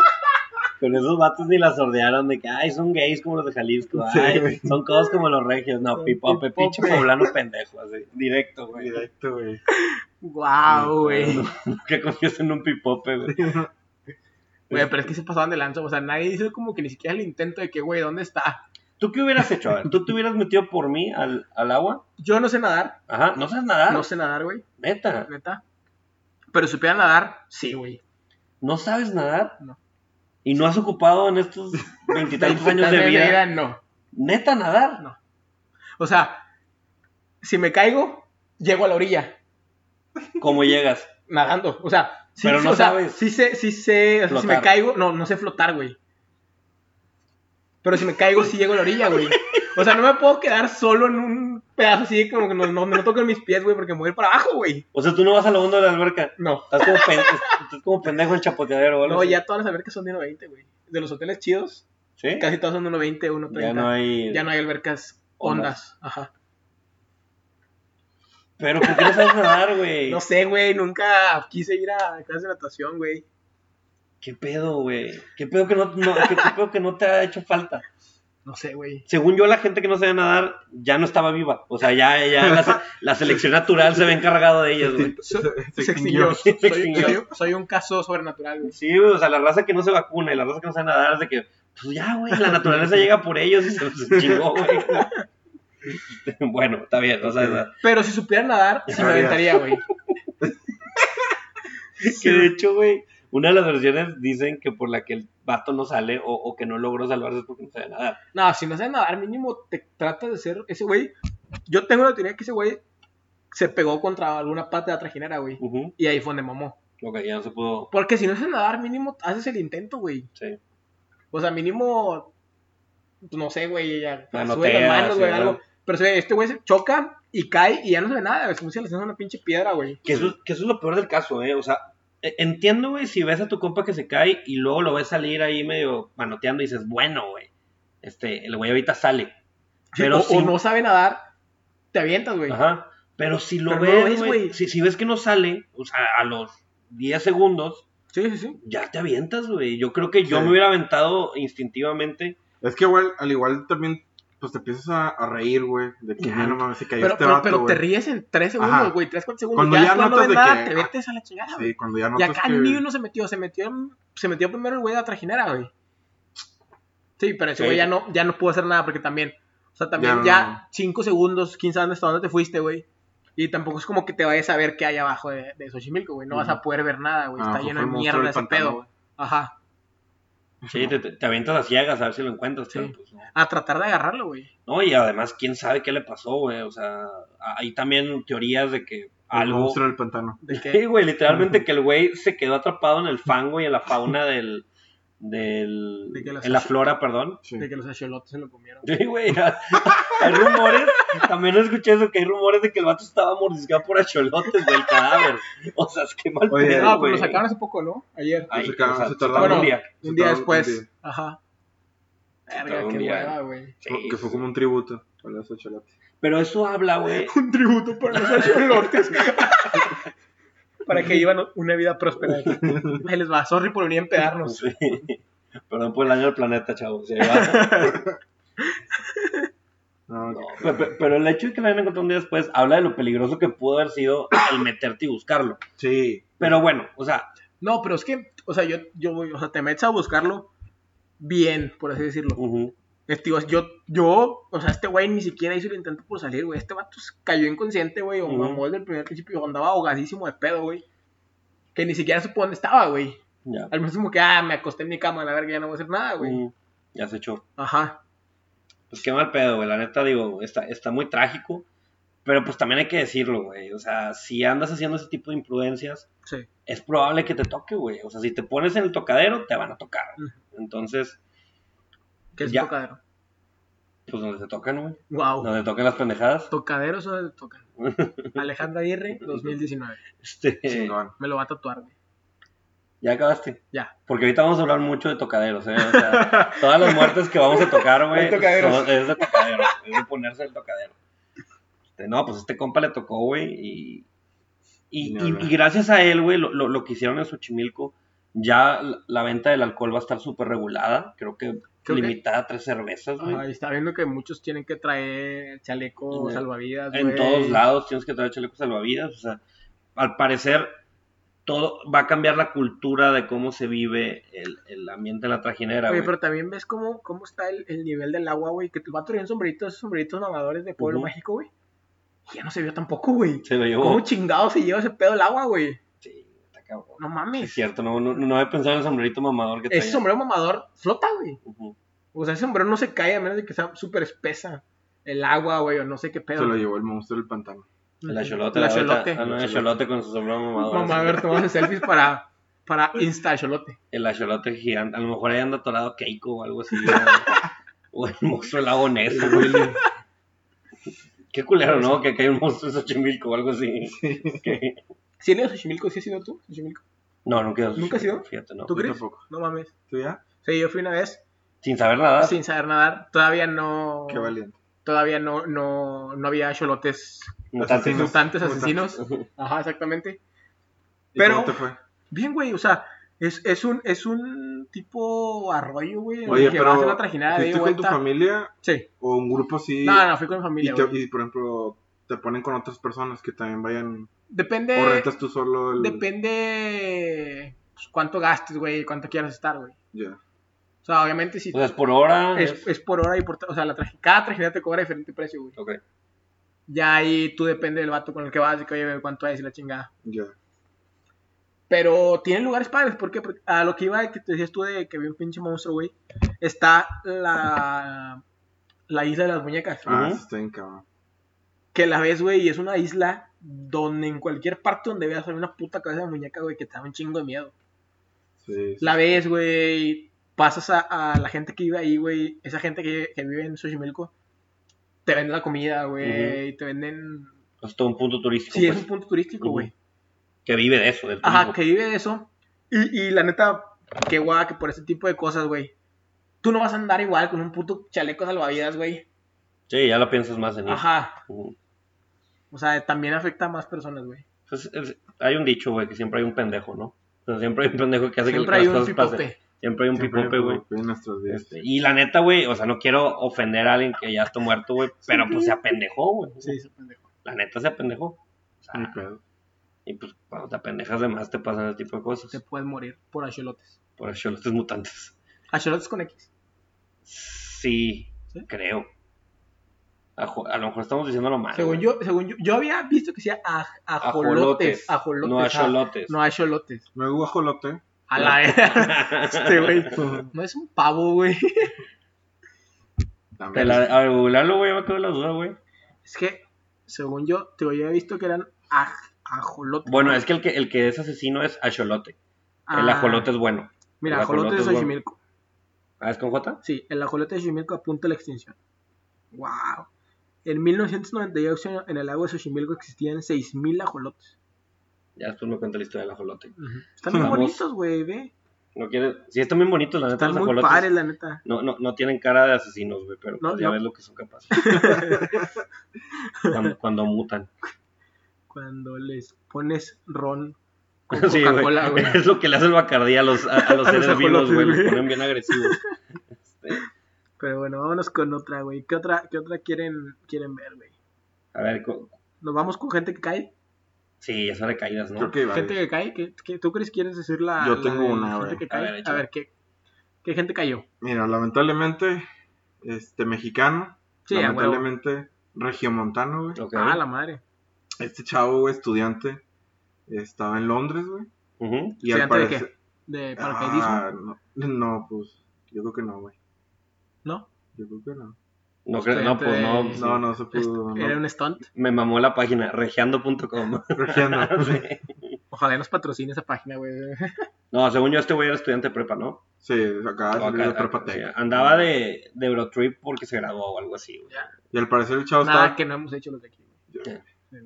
Speaker 1: con esos vatos ni la sordearon de que, ay, son gays como los de Jalisco,
Speaker 3: Sí,
Speaker 1: ay,
Speaker 3: güey.
Speaker 1: son codos como los regios, no,
Speaker 2: Son
Speaker 1: pipope, pinche
Speaker 2: pipope.
Speaker 1: poblano pendejo, así, directo, güey.
Speaker 3: Directo, güey.
Speaker 2: Guau, güey.
Speaker 1: No, Nunca confías en un pipope, güey.
Speaker 2: Güey, pero es que se pasaban de lanza. O sea, nadie hizo como que ni siquiera el intento de que, güey, ¿dónde está?
Speaker 1: ¿Tú qué hubieras hecho? A ver, ¿tú te hubieras metido por mí al, al agua?
Speaker 2: Yo no sé nadar.
Speaker 1: Ajá, no sabes nadar,
Speaker 2: No sé nadar, güey.
Speaker 1: neta,
Speaker 2: Neta. Pero si supiera nadar, sí, güey.
Speaker 1: no sabes nadar.
Speaker 2: No.
Speaker 1: Y no has ocupado en estos veintitantos años de
Speaker 2: Tal vez
Speaker 1: vida,
Speaker 2: no.
Speaker 1: neta nadar.
Speaker 2: No. O sea, si me caigo, llego a la orilla.
Speaker 1: ¿Cómo llegas?
Speaker 2: nadando. O sea, sí,
Speaker 1: Pero no
Speaker 2: o sea,
Speaker 1: sabes.
Speaker 2: sí sé, sí sé, o sea, si
Speaker 1: Flotar.
Speaker 2: me caigo, no, no sé flotar, güey. Pero si me caigo, sí llego a la orilla, güey. O sea, no me puedo quedar solo en un pedazo así, como que no, no, no toquen mis pies, güey, porque me voy a ir para abajo, güey.
Speaker 1: O sea, tú no vas a lo hondo de la alberca.
Speaker 2: No,
Speaker 1: Estás como, pen- estás como pendejo en chapoteadero, o algo
Speaker 2: no,
Speaker 1: así.
Speaker 2: ya todas las albercas son de 1.20, güey. De los hoteles chidos,
Speaker 1: ¿Sí?
Speaker 2: casi todas son de 1.20, 1.30.
Speaker 1: Ya no hay.
Speaker 2: Ya no hay albercas
Speaker 1: Ondas.
Speaker 2: ondas. Ajá.
Speaker 1: Pero ¿por qué no sabes nadar, güey?
Speaker 2: No sé, güey, nunca quise ir a clases de natación, güey.
Speaker 1: ¿Qué pedo, güey? ¿Qué pedo que no, no- qué- qué pedo que no te ha hecho falta?
Speaker 2: No sé, güey.
Speaker 1: Según yo, la gente que no sabe nadar ya no estaba viva. O sea, ya, ya la, se- la selección natural se ve encargado de ellos, güey.
Speaker 2: So-
Speaker 3: Se
Speaker 2: Se extinguió.
Speaker 1: extinguió.
Speaker 2: Soy,
Speaker 1: Se extinguió.
Speaker 2: soy- soy un caso sobrenatural, güey.
Speaker 1: Sí, güey, o sea, la raza que no se vacuna y la raza que no sabe nadar es de que, pues ya, güey, la naturaleza llega por ellos y se los chingó, güey. Bueno, está bien, o sea,
Speaker 2: Pero si supiera nadar, sí me
Speaker 3: Ah, ya.
Speaker 2: aventaría, güey.
Speaker 1: Que de hecho, güey, una de las versiones dicen que por la que el vato no sale o, o que no logró salvarse es porque no sabe nadar.
Speaker 2: No, si no sabes nadar, mínimo te tratas de ser ese güey. Yo tengo la teoría que ese güey se pegó contra alguna parte de la trajinera, güey.
Speaker 1: Ujú.
Speaker 2: Y ahí fue donde mamó.
Speaker 1: Ok, ya no se pudo.
Speaker 2: Porque si no sabes nadar, mínimo haces el intento, güey.
Speaker 1: Sí.
Speaker 2: O sea, mínimo. pues, No sé, güey. Ya
Speaker 1: Manotea,
Speaker 2: sube las manos,
Speaker 1: sí,
Speaker 2: güey,
Speaker 1: ¿verdad?
Speaker 2: algo. Pero sí, este güey se choca y cae y ya no se ve nada. Es como si le hacen una pinche piedra, güey.
Speaker 1: Que eso, que eso es lo peor del caso, ¿eh? O sea, e- entiendo, güey, si ves a tu compa que se cae y luego lo ves salir ahí medio manoteando y dices, bueno, güey, este, el güey ahorita sale. Pero
Speaker 2: o,
Speaker 1: si,
Speaker 2: o no sabe nadar, te avientas, güey.
Speaker 1: Ajá. Pero si lo
Speaker 2: Pero no
Speaker 1: ves,
Speaker 2: lo ves,
Speaker 1: güey,
Speaker 2: güey.
Speaker 1: si, si ves que no sale, o sea, a los 10 segundos,
Speaker 2: Sí, sí, sí.
Speaker 1: ya te avientas, güey. Yo creo que yo
Speaker 3: Sí.
Speaker 1: me hubiera aventado instintivamente.
Speaker 3: Es que igual, al igual también, pues te empiezas a, a reír, güey. De que,
Speaker 1: Ujú.
Speaker 3: ah, no mames, se cayó
Speaker 2: Pero,
Speaker 3: este
Speaker 2: pero-
Speaker 3: vato,
Speaker 2: pero te
Speaker 3: güey.
Speaker 2: ríes en 3
Speaker 3: Ajá.
Speaker 2: segundos, güey, 3, 4 segundos.
Speaker 3: Cuando
Speaker 2: ya,
Speaker 3: ya
Speaker 2: después no ves
Speaker 3: notas de
Speaker 2: nada,
Speaker 3: que-
Speaker 2: te metes a la chingada, güey.
Speaker 3: Sí, cuando ya
Speaker 2: y
Speaker 3: notas
Speaker 2: acá
Speaker 3: que...
Speaker 2: ni uno se metió, se metió, se metió primero el güey de la trajinera, güey. Sí, pero ese
Speaker 1: Sí.
Speaker 2: güey ya no, ya no pudo hacer nada porque también, o sea,
Speaker 3: Ya
Speaker 2: también
Speaker 3: no.
Speaker 2: ya 5 segundos, 15 años hasta dónde te fuiste, güey. Y tampoco es como que te vayas a ver qué hay abajo de, de Xochimilco, güey. No vas a poder ver nada, güey.
Speaker 3: Ah,
Speaker 2: Está
Speaker 3: ojo,
Speaker 2: lleno
Speaker 3: fue
Speaker 2: de
Speaker 3: el
Speaker 2: mierda ese
Speaker 3: monstruo del
Speaker 2: pedo.
Speaker 3: pantano,
Speaker 2: Ajá.
Speaker 1: Sí, te, te- te avientas a ciegas a ver si lo encuentras,
Speaker 2: Sí.
Speaker 1: pero pues no.
Speaker 2: A tratar de agarrarlo, güey.
Speaker 1: No, y además, quién sabe qué le pasó, güey. O sea, hay también teorías de que
Speaker 3: El
Speaker 1: algo.
Speaker 3: monstruo del pantano.
Speaker 2: De
Speaker 1: Sí,
Speaker 2: que
Speaker 1: güey, literalmente que el güey se quedó atrapado en el fango y en la fauna del, del,
Speaker 2: De que las-
Speaker 1: en la flora, perdón.
Speaker 3: Sí.
Speaker 2: De que los acholotes se lo comieron.
Speaker 1: Sí, güey, no. hay rumores, también escuché eso, que hay rumores de que el vato estaba mordiscado por acholotes del cadáver. O sea, es que mal
Speaker 3: Oye,
Speaker 1: pedo,
Speaker 2: No, pues
Speaker 1: güey.
Speaker 2: lo sacaron hace poco, ¿no? Ayer.
Speaker 1: Ay,
Speaker 3: Se cagaron,
Speaker 1: o sea,
Speaker 3: se
Speaker 1: se
Speaker 3: tardaron.
Speaker 1: tardaron Ah, un
Speaker 2: Bueno,
Speaker 1: día.
Speaker 2: Un día
Speaker 3: Todo
Speaker 2: después.
Speaker 3: un día.
Speaker 2: Ajá. Verga,
Speaker 1: todo un
Speaker 2: qué
Speaker 1: día.
Speaker 2: hueva, güey.
Speaker 1: Sí.
Speaker 3: Que fue como un tributo a los ocholotes.
Speaker 1: Pero eso habla, güey.
Speaker 2: Un tributo para los acholotes. para que llevan una vida próspera. Ahí les va. Sorry por venir a empedarnos.
Speaker 1: Sí. Perdón por el año del planeta, chavos. sí, ahí va.
Speaker 3: No,
Speaker 1: No,
Speaker 3: que-
Speaker 1: pe- pe- pero el hecho de que lo hayan encontrado un día después habla de lo peligroso que pudo haber sido el meterte y buscarlo.
Speaker 3: Sí.
Speaker 1: Pero bueno, o sea,
Speaker 2: No, pero es que, o sea, yo, yo, voy- o sea, te metes a buscarlo bien, por así decirlo.
Speaker 1: ujú,
Speaker 2: Este, digo, yo, yo, o sea, este güey ni siquiera hizo el intento por salir, güey. Este vato se cayó inconsciente, güey, o
Speaker 1: Ujú.
Speaker 2: mamó desde el primer principio, andaba ahogadísimo de pedo, güey. Que ni siquiera supo dónde estaba, güey.
Speaker 1: ya.
Speaker 2: Al menos como que, ah, me acosté en mi cama, la verga, ya no voy a hacer nada, güey.
Speaker 1: ujú, ya se echó.
Speaker 2: Ajá.
Speaker 1: Pues qué mal pedo, güey. La neta, digo, está, está muy trágico. Pero pues también hay que decirlo, güey. O sea, si andas haciendo ese tipo de imprudencias,
Speaker 2: Sí.
Speaker 1: es probable que te toque, güey. O sea, si te pones en el tocadero, te van a tocar.
Speaker 2: Ujú.
Speaker 1: Entonces,
Speaker 2: ¿Qué es
Speaker 1: Ya.
Speaker 2: tocadero?
Speaker 1: pues donde te tocan, güey.
Speaker 2: Wow.
Speaker 1: Donde tocan las pendejadas.
Speaker 2: Tocaderos o de tocan. Alejandra Aguirre, 2019.
Speaker 1: Este,
Speaker 3: Chingón.
Speaker 2: Me lo va a tatuar, güey.
Speaker 1: ya acabaste.
Speaker 2: Ya.
Speaker 1: Porque ahorita vamos a hablar mucho de tocaderos, ¿eh? O sea, todas las muertes que vamos a tocar, güey,
Speaker 2: Hay tocaderos.
Speaker 1: son- es de tocadero. Es de ponerse el tocadero. Este, no, pues este compa le tocó, güey, y, y,
Speaker 3: Ni
Speaker 1: y-
Speaker 3: hablar.
Speaker 1: y gracias a él, güey, lo, lo- lo que hicieron en Xochimilco, ya la, la venta del alcohol va a estar súper regulada. Creo que
Speaker 2: Creo que-
Speaker 1: limitada a tres cervezas, güey.
Speaker 2: Ajá, y está viendo que muchos tienen que traer chaleco,
Speaker 1: Ya.
Speaker 2: salvavidas,
Speaker 1: en
Speaker 2: güey.
Speaker 1: todos lados tienes que traer chalecos salvavidas. O sea, al parecer, todo va a cambiar la cultura de cómo se vive el, el ambiente de la trajinera,
Speaker 2: Oye,
Speaker 1: güey.
Speaker 2: pero también ves cómo, cómo está el, el nivel del agua, güey. Que va a traer sombreritos, sombreritos nadadores de Pueblo
Speaker 1: Ujú. Oh.
Speaker 2: Mágico, güey. Y Ya no se vio tampoco, güey.
Speaker 1: Se lo llevó.
Speaker 2: ¿Cómo chingado se lleva ese pedo el agua, güey?
Speaker 1: Sí, está cabrón.
Speaker 2: No
Speaker 1: Sí, es
Speaker 2: mames.
Speaker 1: cierto, no, no, no había pensado en el sombrerito mamador que traía.
Speaker 2: Ese sombrero mamador flota, güey.
Speaker 1: Ujú.
Speaker 2: O sea, ese sombrero no se cae a menos de que sea súper espesa el agua, güey, o no sé qué pedo.
Speaker 3: Se lo llevó el monstruo del pantano.
Speaker 1: El acholote.
Speaker 2: El
Speaker 1: la verdad,
Speaker 2: acholote.
Speaker 1: ah, no, el acholote con su sombrero mamador.
Speaker 2: Mamá, a ver, tomamos selfies para, para Insta cholote.
Speaker 1: El acholote gigante. A lo mejor ahí anda atorado Keiko o algo así. güey. o el monstruo del lago Ness, güey. Qué culero, ¿no? Que, que hay un monstruo en Xochimilco o algo así. Que-
Speaker 2: ¿Sí han ido a Xochimilco? ¿Sí has ido tú? Xochimilco?
Speaker 1: No, nunca he ido a
Speaker 2: ¿Nunca has ido?
Speaker 1: Xochimilco, Fíjate, no.
Speaker 2: ¿Tú
Speaker 3: Yo
Speaker 2: crees?
Speaker 3: tampoco.
Speaker 2: No mames.
Speaker 3: ¿Tú ya?
Speaker 2: Sí, yo fui una vez
Speaker 1: Sin saber nada.
Speaker 2: sin saber nadar. Todavía no.
Speaker 3: Qué valiente.
Speaker 2: todavía no, no, no había cholotes
Speaker 1: Mutantes.
Speaker 3: Asesinos.
Speaker 2: mutantes
Speaker 3: Mutantes.
Speaker 2: asesinos. Ajá, exactamente.
Speaker 3: ¿Y
Speaker 2: Pero-
Speaker 3: cómo te fue?
Speaker 2: Bien, güey, o sea, es, es un, es un tipo arroyo, güey. en
Speaker 3: Oye,
Speaker 2: el que vas a
Speaker 3: pero.
Speaker 2: una trajinada de ida y
Speaker 3: ¿Fuiste con tu
Speaker 2: vuelta.
Speaker 3: familia
Speaker 2: Sí.
Speaker 3: o un grupo así?
Speaker 2: No, no, fui con mi familia,
Speaker 3: Y, te-
Speaker 2: güey.
Speaker 3: y, por ejemplo, te ponen con otras personas que también vayan. o
Speaker 2: Depende,
Speaker 3: rentas tú solo el.
Speaker 2: depende pues, cuánto gastes, güey, cuánto quieras estar, güey.
Speaker 3: Ya.
Speaker 2: O sea, obviamente si
Speaker 1: O sea, es por hora.
Speaker 2: es, es por hora y por... tra- O sea, la traje- cada trajinada te cobra diferente precio, güey.
Speaker 1: Ok.
Speaker 2: Ya ahí tú depende del vato con el que vas y que, oye, cuánto es y la chingada.
Speaker 3: Ya.
Speaker 2: Pero tienen lugares padres, ¿por qué? Porque a lo que iba de que te decías tú de que vi un pinche monstruo, güey. Está la, la isla de las muñecas.
Speaker 3: Ah,
Speaker 1: Ujú.
Speaker 3: sí, está bien cabrón.
Speaker 2: Que la ves, güey, y es una isla donde en cualquier parte donde veas hay una puta cabeza de muñeca, güey, que te da un chingo de miedo.
Speaker 3: Sí. sí.
Speaker 2: La ves, güey, pasas a, a la gente que vive ahí, güey, esa gente que, que vive en Xochimilco, te venden la comida, güey, te venden...
Speaker 1: Es todo un punto turístico.
Speaker 2: Sí, es
Speaker 1: pues,
Speaker 2: un punto turístico,
Speaker 1: Ujú.
Speaker 2: güey.
Speaker 1: Que vive de eso, del
Speaker 2: Ajá,
Speaker 1: turismo.
Speaker 2: que vive de eso. Y, y la neta, qué guay que por ese tipo de cosas, güey. Tú no vas a andar igual con un puto chaleco salvavidas, güey.
Speaker 1: Sí, ya lo piensas más en eso.
Speaker 2: Ajá.
Speaker 1: Ujú.
Speaker 2: O sea, también afecta a más personas, güey.
Speaker 1: Pues, es- hay un dicho, güey, que siempre hay un pendejo, ¿no? O sea, siempre hay un pendejo que hace
Speaker 2: Siempre
Speaker 1: que
Speaker 2: hay
Speaker 1: las
Speaker 2: un
Speaker 1: cosas pasen.
Speaker 2: pipote.
Speaker 1: Siempre hay un
Speaker 3: Siempre
Speaker 1: pipope,
Speaker 3: hay
Speaker 1: güey.
Speaker 3: En nuestros días.
Speaker 1: Este, y la neta, güey, o sea, no quiero ofender a alguien que ya está muerto, güey, pero pues se apendejó, güey.
Speaker 2: Sí, ese pendejo.
Speaker 1: La neta se apendejó. O sea,
Speaker 3: Ni pedo.
Speaker 1: y pues cuando te apendejas de más te pasan ese tipo de
Speaker 2: Te
Speaker 1: cosas.
Speaker 2: puedes morir por acholotes.
Speaker 1: Por eso los mutantes.
Speaker 2: Acholotes con X.
Speaker 1: Sí,
Speaker 2: ¿Sí?
Speaker 1: creo. A, jo- a lo mejor estamos diciendo lo malo.
Speaker 2: Según
Speaker 1: Ah, güey.
Speaker 2: yo, según yo, yo había visto que decía aj- ajolotes. Ajolotes.
Speaker 1: No
Speaker 2: ah,
Speaker 1: ajolotes.
Speaker 2: No acholotes.
Speaker 3: Me hago guajolote.
Speaker 2: A
Speaker 1: Ah.
Speaker 2: la Este, güey. No es un pavo, güey.
Speaker 1: Te
Speaker 3: También.
Speaker 1: la, a regularlo, güey, me quedó la duda, güey.
Speaker 2: Es que, según yo, te había visto que eran aj ajolotes.
Speaker 1: Bueno, es que el que, el que es asesino es ajolote. El
Speaker 2: Ah.
Speaker 1: ajolote es bueno.
Speaker 2: Mira,
Speaker 1: El
Speaker 2: ajolotes
Speaker 1: ajolote
Speaker 2: de
Speaker 1: es bueno.
Speaker 2: Xochimilco.
Speaker 1: ¿Ah, es con J?
Speaker 2: Sí, el ajolote de Xochimilco apunta a la extinción. ¡Wow! En 1998 en el lago de Xochimilco existían 6.000 ajolotes.
Speaker 1: Ya después me cuenta la historia del ajolote.
Speaker 2: Están bien
Speaker 1: Vamos.
Speaker 2: bonitos, güey, ve.
Speaker 1: No quiere... Sí, están bien bonitos, la neta,
Speaker 2: Están
Speaker 1: los
Speaker 2: muy
Speaker 1: ajolotes.
Speaker 2: pares, la neta.
Speaker 1: No, no, no tienen cara de asesinos, güey, pero
Speaker 2: No,
Speaker 1: pues, ya
Speaker 2: no.
Speaker 1: ves lo que son capaces. cuando, cuando mutan.
Speaker 2: Cuando les pones ron con
Speaker 1: Sí,
Speaker 2: Coca-Cola,
Speaker 1: güey.
Speaker 2: güey.
Speaker 1: Es lo que le hace el bacardí a los, a, a los
Speaker 2: A los
Speaker 1: seres vivos,
Speaker 2: ajolotes,
Speaker 1: güey. Los
Speaker 2: güey.
Speaker 1: ponen bien agresivos.
Speaker 2: Pero bueno, vámonos con otra, güey. ¿Qué otra, qué otra quieren, quieren ver, güey?
Speaker 1: A ver, co-
Speaker 2: ¿Nos vamos con gente que cae?
Speaker 1: sí, ya son recaídas, ¿no?
Speaker 3: Creo que hay varios.
Speaker 2: ¿Gente que cae? ¿Qué, qué- tú crees quieres decir la.
Speaker 3: Yo
Speaker 2: la
Speaker 3: tengo
Speaker 2: de
Speaker 3: una,
Speaker 2: gente
Speaker 3: güey.
Speaker 2: que
Speaker 1: A
Speaker 2: cae?
Speaker 1: ver,
Speaker 2: A ver,
Speaker 1: échale.
Speaker 2: ¿qué, ¿qué gente cayó?
Speaker 3: Mira, lamentablemente, este mexicano,
Speaker 2: Sí, a huevo.
Speaker 3: lamentablemente regiomontano, güey.
Speaker 1: Ok.
Speaker 2: Ah, la madre.
Speaker 3: Este chavo, güey, estudiante, estaba en Londres, güey.
Speaker 1: Ujú.
Speaker 3: Y al
Speaker 2: ¿Estudiante de qué?
Speaker 3: parecer...
Speaker 2: De paracaidismo,
Speaker 3: Ah, no, no, pues, yo creo que no, güey.
Speaker 2: ¿no?
Speaker 3: Yo creo que no.
Speaker 1: No, creo- no, pues no.
Speaker 2: Estudiante-
Speaker 1: sí.
Speaker 3: No, no se
Speaker 2: Est-
Speaker 3: pudo.
Speaker 2: Este, Era
Speaker 3: No.
Speaker 2: un stunt.
Speaker 1: Me mamó la página, regiando.com.
Speaker 3: Regiando.
Speaker 1: Sí.
Speaker 2: Ojalá nos patrocine esa página, güey.
Speaker 1: No, según yo, este güey era estudiante de prepa, ¿no?
Speaker 3: Ah, Sí, acaba de
Speaker 1: O
Speaker 3: salir
Speaker 1: acá-
Speaker 3: de prepa
Speaker 1: acá-
Speaker 3: Tech.
Speaker 1: sí, Andaba de, de Eurotrip porque se graduó o algo así, güey.
Speaker 3: Y al parecer el chavo
Speaker 2: Nada
Speaker 3: estaba...
Speaker 2: que no hemos hecho los de aquí, güey.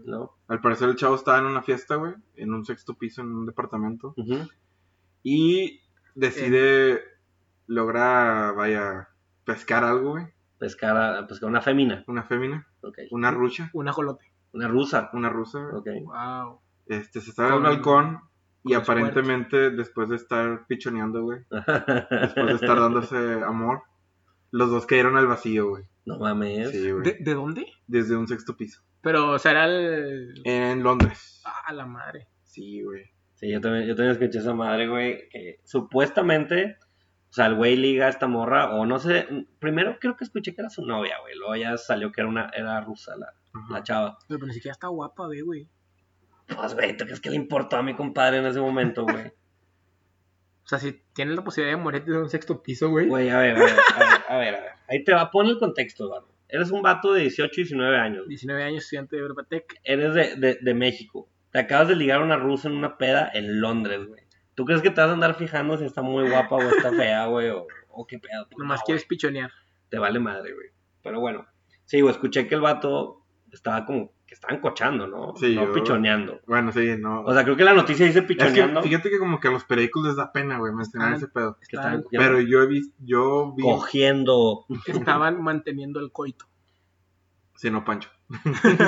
Speaker 1: ¿No?
Speaker 3: Al parecer el chavo estaba en una fiesta, güey. En un sexto piso, en un departamento.
Speaker 1: Ujú.
Speaker 3: Y
Speaker 2: Eh.
Speaker 3: decide... Logra, vaya, pescar algo, güey.
Speaker 1: Pescar, a- pescar pues, una femina.
Speaker 3: Una fémina.
Speaker 1: Ok.
Speaker 3: Una rucha.
Speaker 2: Un ajolote.
Speaker 1: Una rusa.
Speaker 3: Una rusa, güey.
Speaker 1: Ok.
Speaker 2: Wow.
Speaker 3: Este, se estaba en el
Speaker 2: Con-
Speaker 3: balcón y
Speaker 2: con su
Speaker 3: aparentemente después de estar pichoneando, güey, después de estar dándose amor, los dos cayeron al vacío, güey.
Speaker 1: No mames.
Speaker 3: Sí, güey.
Speaker 2: ¿De, de dónde?
Speaker 3: Desde un sexto piso.
Speaker 2: Pero o sea, era el.
Speaker 3: En Londres.
Speaker 2: Ah, la madre.
Speaker 3: Sí, güey.
Speaker 1: Sí, yo también, yo también escuché esa madre, güey, que supuestamente, o sea, el güey liga a esta morra, o no sé, primero creo que escuché que era su novia, güey, luego ya salió que era una, era rusa la,
Speaker 3: Ajá.
Speaker 1: la chava.
Speaker 2: Pero ni siquiera está guapa, ve, güey.
Speaker 1: Pues, güey, ¿tú crees que le importó a mi compadre en ese momento, güey?
Speaker 2: O sea, si tienes la posibilidad de morirte de un sexto piso, güey.
Speaker 1: Güey, a ver, a ver, a ver, a ver, a ver. ahí te va, pon el contexto, Eduardo. Eres un vato de 18, 19 años, güey.
Speaker 2: 19 años, estudiante de Europatec.
Speaker 1: eres de, de, de México, te acabas de ligar a una rusa en una peda en Londres, güey. ¿Tú crees que te vas a andar fijando si está muy guapa o está fea, güey, o, o qué pedo? Pues,
Speaker 2: Nomás
Speaker 1: no,
Speaker 2: quieres pichonear.
Speaker 1: te vale madre, güey. Pero bueno, sí, güey, escuché que el vato estaba como que estaban cochando, ¿no?
Speaker 3: Sí,
Speaker 1: no
Speaker 3: yo-
Speaker 1: pichoneando.
Speaker 3: Bueno, sí, no.
Speaker 1: O sea, creo que la noticia dice
Speaker 3: es que
Speaker 1: pichoneando.
Speaker 3: fíjate que como que a los periódicos les da pena, güey, mencionar
Speaker 2: Ah,
Speaker 3: ese pedo.
Speaker 1: que estaban
Speaker 2: Estaban,
Speaker 1: cogiendo-
Speaker 3: Pero yo he visto, yo vi,
Speaker 1: cogiendo.
Speaker 2: estaban manteniendo el coito.
Speaker 3: sí, no, Pancho.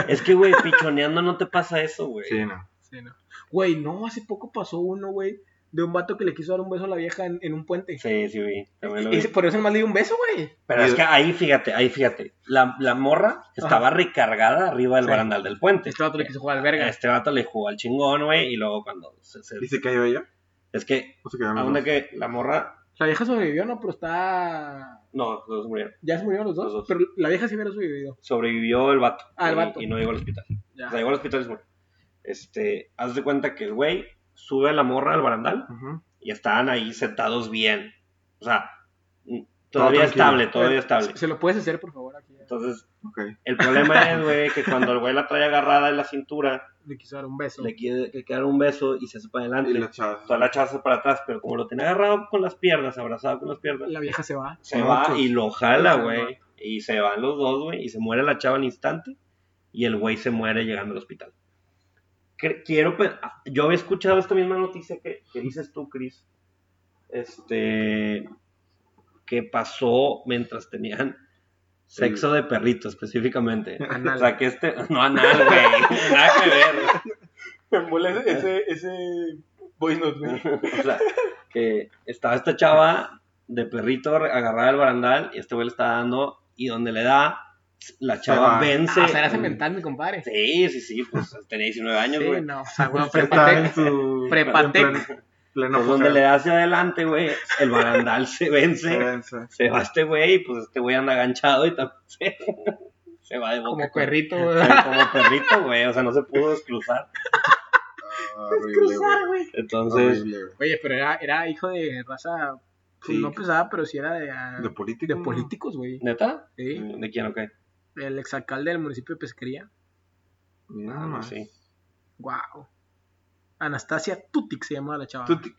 Speaker 1: es que, güey, pichoneando no te pasa eso, güey.
Speaker 3: Sí, no.
Speaker 2: Sí, ¿no? Güey, no, hace poco pasó uno, güey, de un vato que le quiso dar un beso a la vieja en, en un puente.
Speaker 1: Sí, sí, güey. También lo
Speaker 2: Y
Speaker 1: vi.
Speaker 2: se- por eso nomás le dio un beso, güey.
Speaker 1: Pero es que ahí, fíjate, ahí, fíjate. La, la morra estaba recargada arriba del
Speaker 2: Sí.
Speaker 1: barandal del puente.
Speaker 2: Este vato le quiso jugar al verga.
Speaker 1: Este vato le jugó al chingón, güey, y luego cuando... se- se-
Speaker 3: ¿Y se cayó ella?
Speaker 1: Es que,
Speaker 3: ¿O se cayó
Speaker 1: a donde que la morra...
Speaker 2: La vieja sobrevivió, no, pero está.
Speaker 1: No, no se murió.
Speaker 2: Ya se murieron los dos,
Speaker 1: Los dos.
Speaker 2: pero la vieja sí hubiera sobrevivido.
Speaker 1: Sobrevivió el vato.
Speaker 2: Ah, el
Speaker 1: y-
Speaker 2: vato.
Speaker 1: y no llegó al hospital.
Speaker 2: Ya.
Speaker 1: O sea, llegó al hospital y se murió. Este, haz de cuenta que el güey sube a la morra al barandal
Speaker 3: Ajá.
Speaker 1: y estaban ahí sentados bien. O sea, mm, todavía
Speaker 3: tranquilo.
Speaker 1: estable, todavía estable.
Speaker 2: Se, se lo puedes hacer, por favor, aquí. eh.
Speaker 1: Entonces,
Speaker 3: Ok.
Speaker 1: el problema es, güey, que cuando el güey la trae agarrada en la cintura,
Speaker 2: Le quiso dar un beso.
Speaker 1: le quiere que quedar un beso y se hace para
Speaker 3: Y
Speaker 1: adelante.
Speaker 3: la chava.
Speaker 1: Toda la chava se hace para atrás, pero como lo tiene agarrado con las piernas, abrazado con las piernas,
Speaker 2: La vieja se va.
Speaker 1: se
Speaker 3: No,
Speaker 1: va
Speaker 3: pues.
Speaker 1: y lo jala,
Speaker 2: Lo jala.
Speaker 1: güey. Y se van los dos, güey, y se muere la chava al instante. Y el güey se muere llegando al hospital. Cre- Quiero. pe- ah, Yo había escuchado esta misma noticia que, que dices tú, Chris. Este. Que pasó mientras tenían sexo de perrito, específicamente.
Speaker 2: Anal.
Speaker 1: O sea, que este. No, anal, güey. Nada que ver, güey.
Speaker 2: ese, ese voice note,
Speaker 1: O sea, que estaba esta chava de perrito re- agarrada al barandal y este güey le está dando y donde le da, la chava
Speaker 3: va.
Speaker 1: vence.
Speaker 2: Ah, o sea, era cemental, mi compadre.
Speaker 1: sí, sí, sí, pues tenía 19 años,
Speaker 2: Sí,
Speaker 1: güey.
Speaker 2: no, o sea, bueno,
Speaker 3: Está en
Speaker 2: prepatec.
Speaker 3: su...
Speaker 2: Prepatec.
Speaker 3: en plan- pleno
Speaker 1: Pues donde
Speaker 3: apogeo.
Speaker 1: le da hacia adelante, güey, el barandal se vence,
Speaker 3: Avanza.
Speaker 1: se va este güey y pues este güey anda aganchado y también se, se va de boca.
Speaker 2: Como perrito,
Speaker 1: güey.
Speaker 2: güey.
Speaker 1: Como perrito, güey, o sea, no se pudo descruzar.
Speaker 3: Horrible,
Speaker 2: Cruzar,
Speaker 3: güey.
Speaker 2: güey.
Speaker 1: Entonces,
Speaker 3: Horrible, güey.
Speaker 2: Oye, pero era, era hijo de raza. pues,
Speaker 3: Sí.
Speaker 2: No pesada, pero sí era de, ah,
Speaker 3: De
Speaker 2: de,
Speaker 3: política. ¿no?
Speaker 2: políticos, güey.
Speaker 1: ¿neta?
Speaker 2: Sí.
Speaker 1: ¿De quién o qué?
Speaker 2: El exalcalde del municipio de Pesquería.
Speaker 3: Mira
Speaker 1: Ah,
Speaker 3: nomás.
Speaker 1: sí.
Speaker 2: Wow. Anastasia Tutik se llamaba la chava.
Speaker 3: Tú te-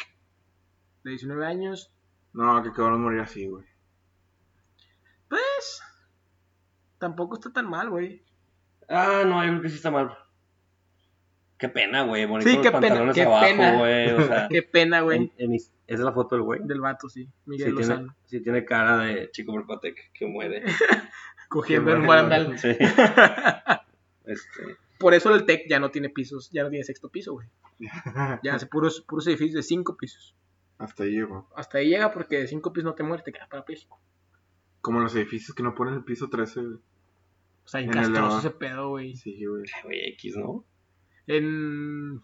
Speaker 2: De 19 años.
Speaker 3: No, que cabrón morir así, güey.
Speaker 2: Pues, Tampoco está tan mal, güey.
Speaker 1: Ah, no, yo creo que sí está mal. Qué pena, güey. Morir
Speaker 2: Sí,
Speaker 1: con
Speaker 2: qué
Speaker 1: los
Speaker 2: pena,
Speaker 1: pantalones
Speaker 2: qué
Speaker 1: abajo,
Speaker 2: pena.
Speaker 1: güey. O sea,
Speaker 2: Qué pena,
Speaker 1: en-
Speaker 2: güey.
Speaker 1: en mis- esa es la foto del güey.
Speaker 2: Del vato, sí. Miguel
Speaker 1: Sí tiene,
Speaker 2: Lozano.
Speaker 1: sí tiene cara de chico Berpatec que muere.
Speaker 2: Cogiendo en
Speaker 3: Qué
Speaker 2: un
Speaker 3: bueno.
Speaker 2: barandal.
Speaker 1: Sí. Este,
Speaker 2: Por eso el TEC ya no tiene pisos, ya no tiene sexto piso, güey. Ya hace puros, puros edificios de cinco pisos.
Speaker 3: Hasta ahí llegó.
Speaker 2: Hasta ahí llega porque de cinco pisos no te mueres, te quedas parapléjico.
Speaker 3: Como los edificios que no ponen el piso 13, güey.
Speaker 2: O sea, en
Speaker 3: En el
Speaker 2: castroso
Speaker 3: elevador.
Speaker 2: ese pedo, güey.
Speaker 3: Sí, güey.
Speaker 1: güey, X, ¿no?
Speaker 2: En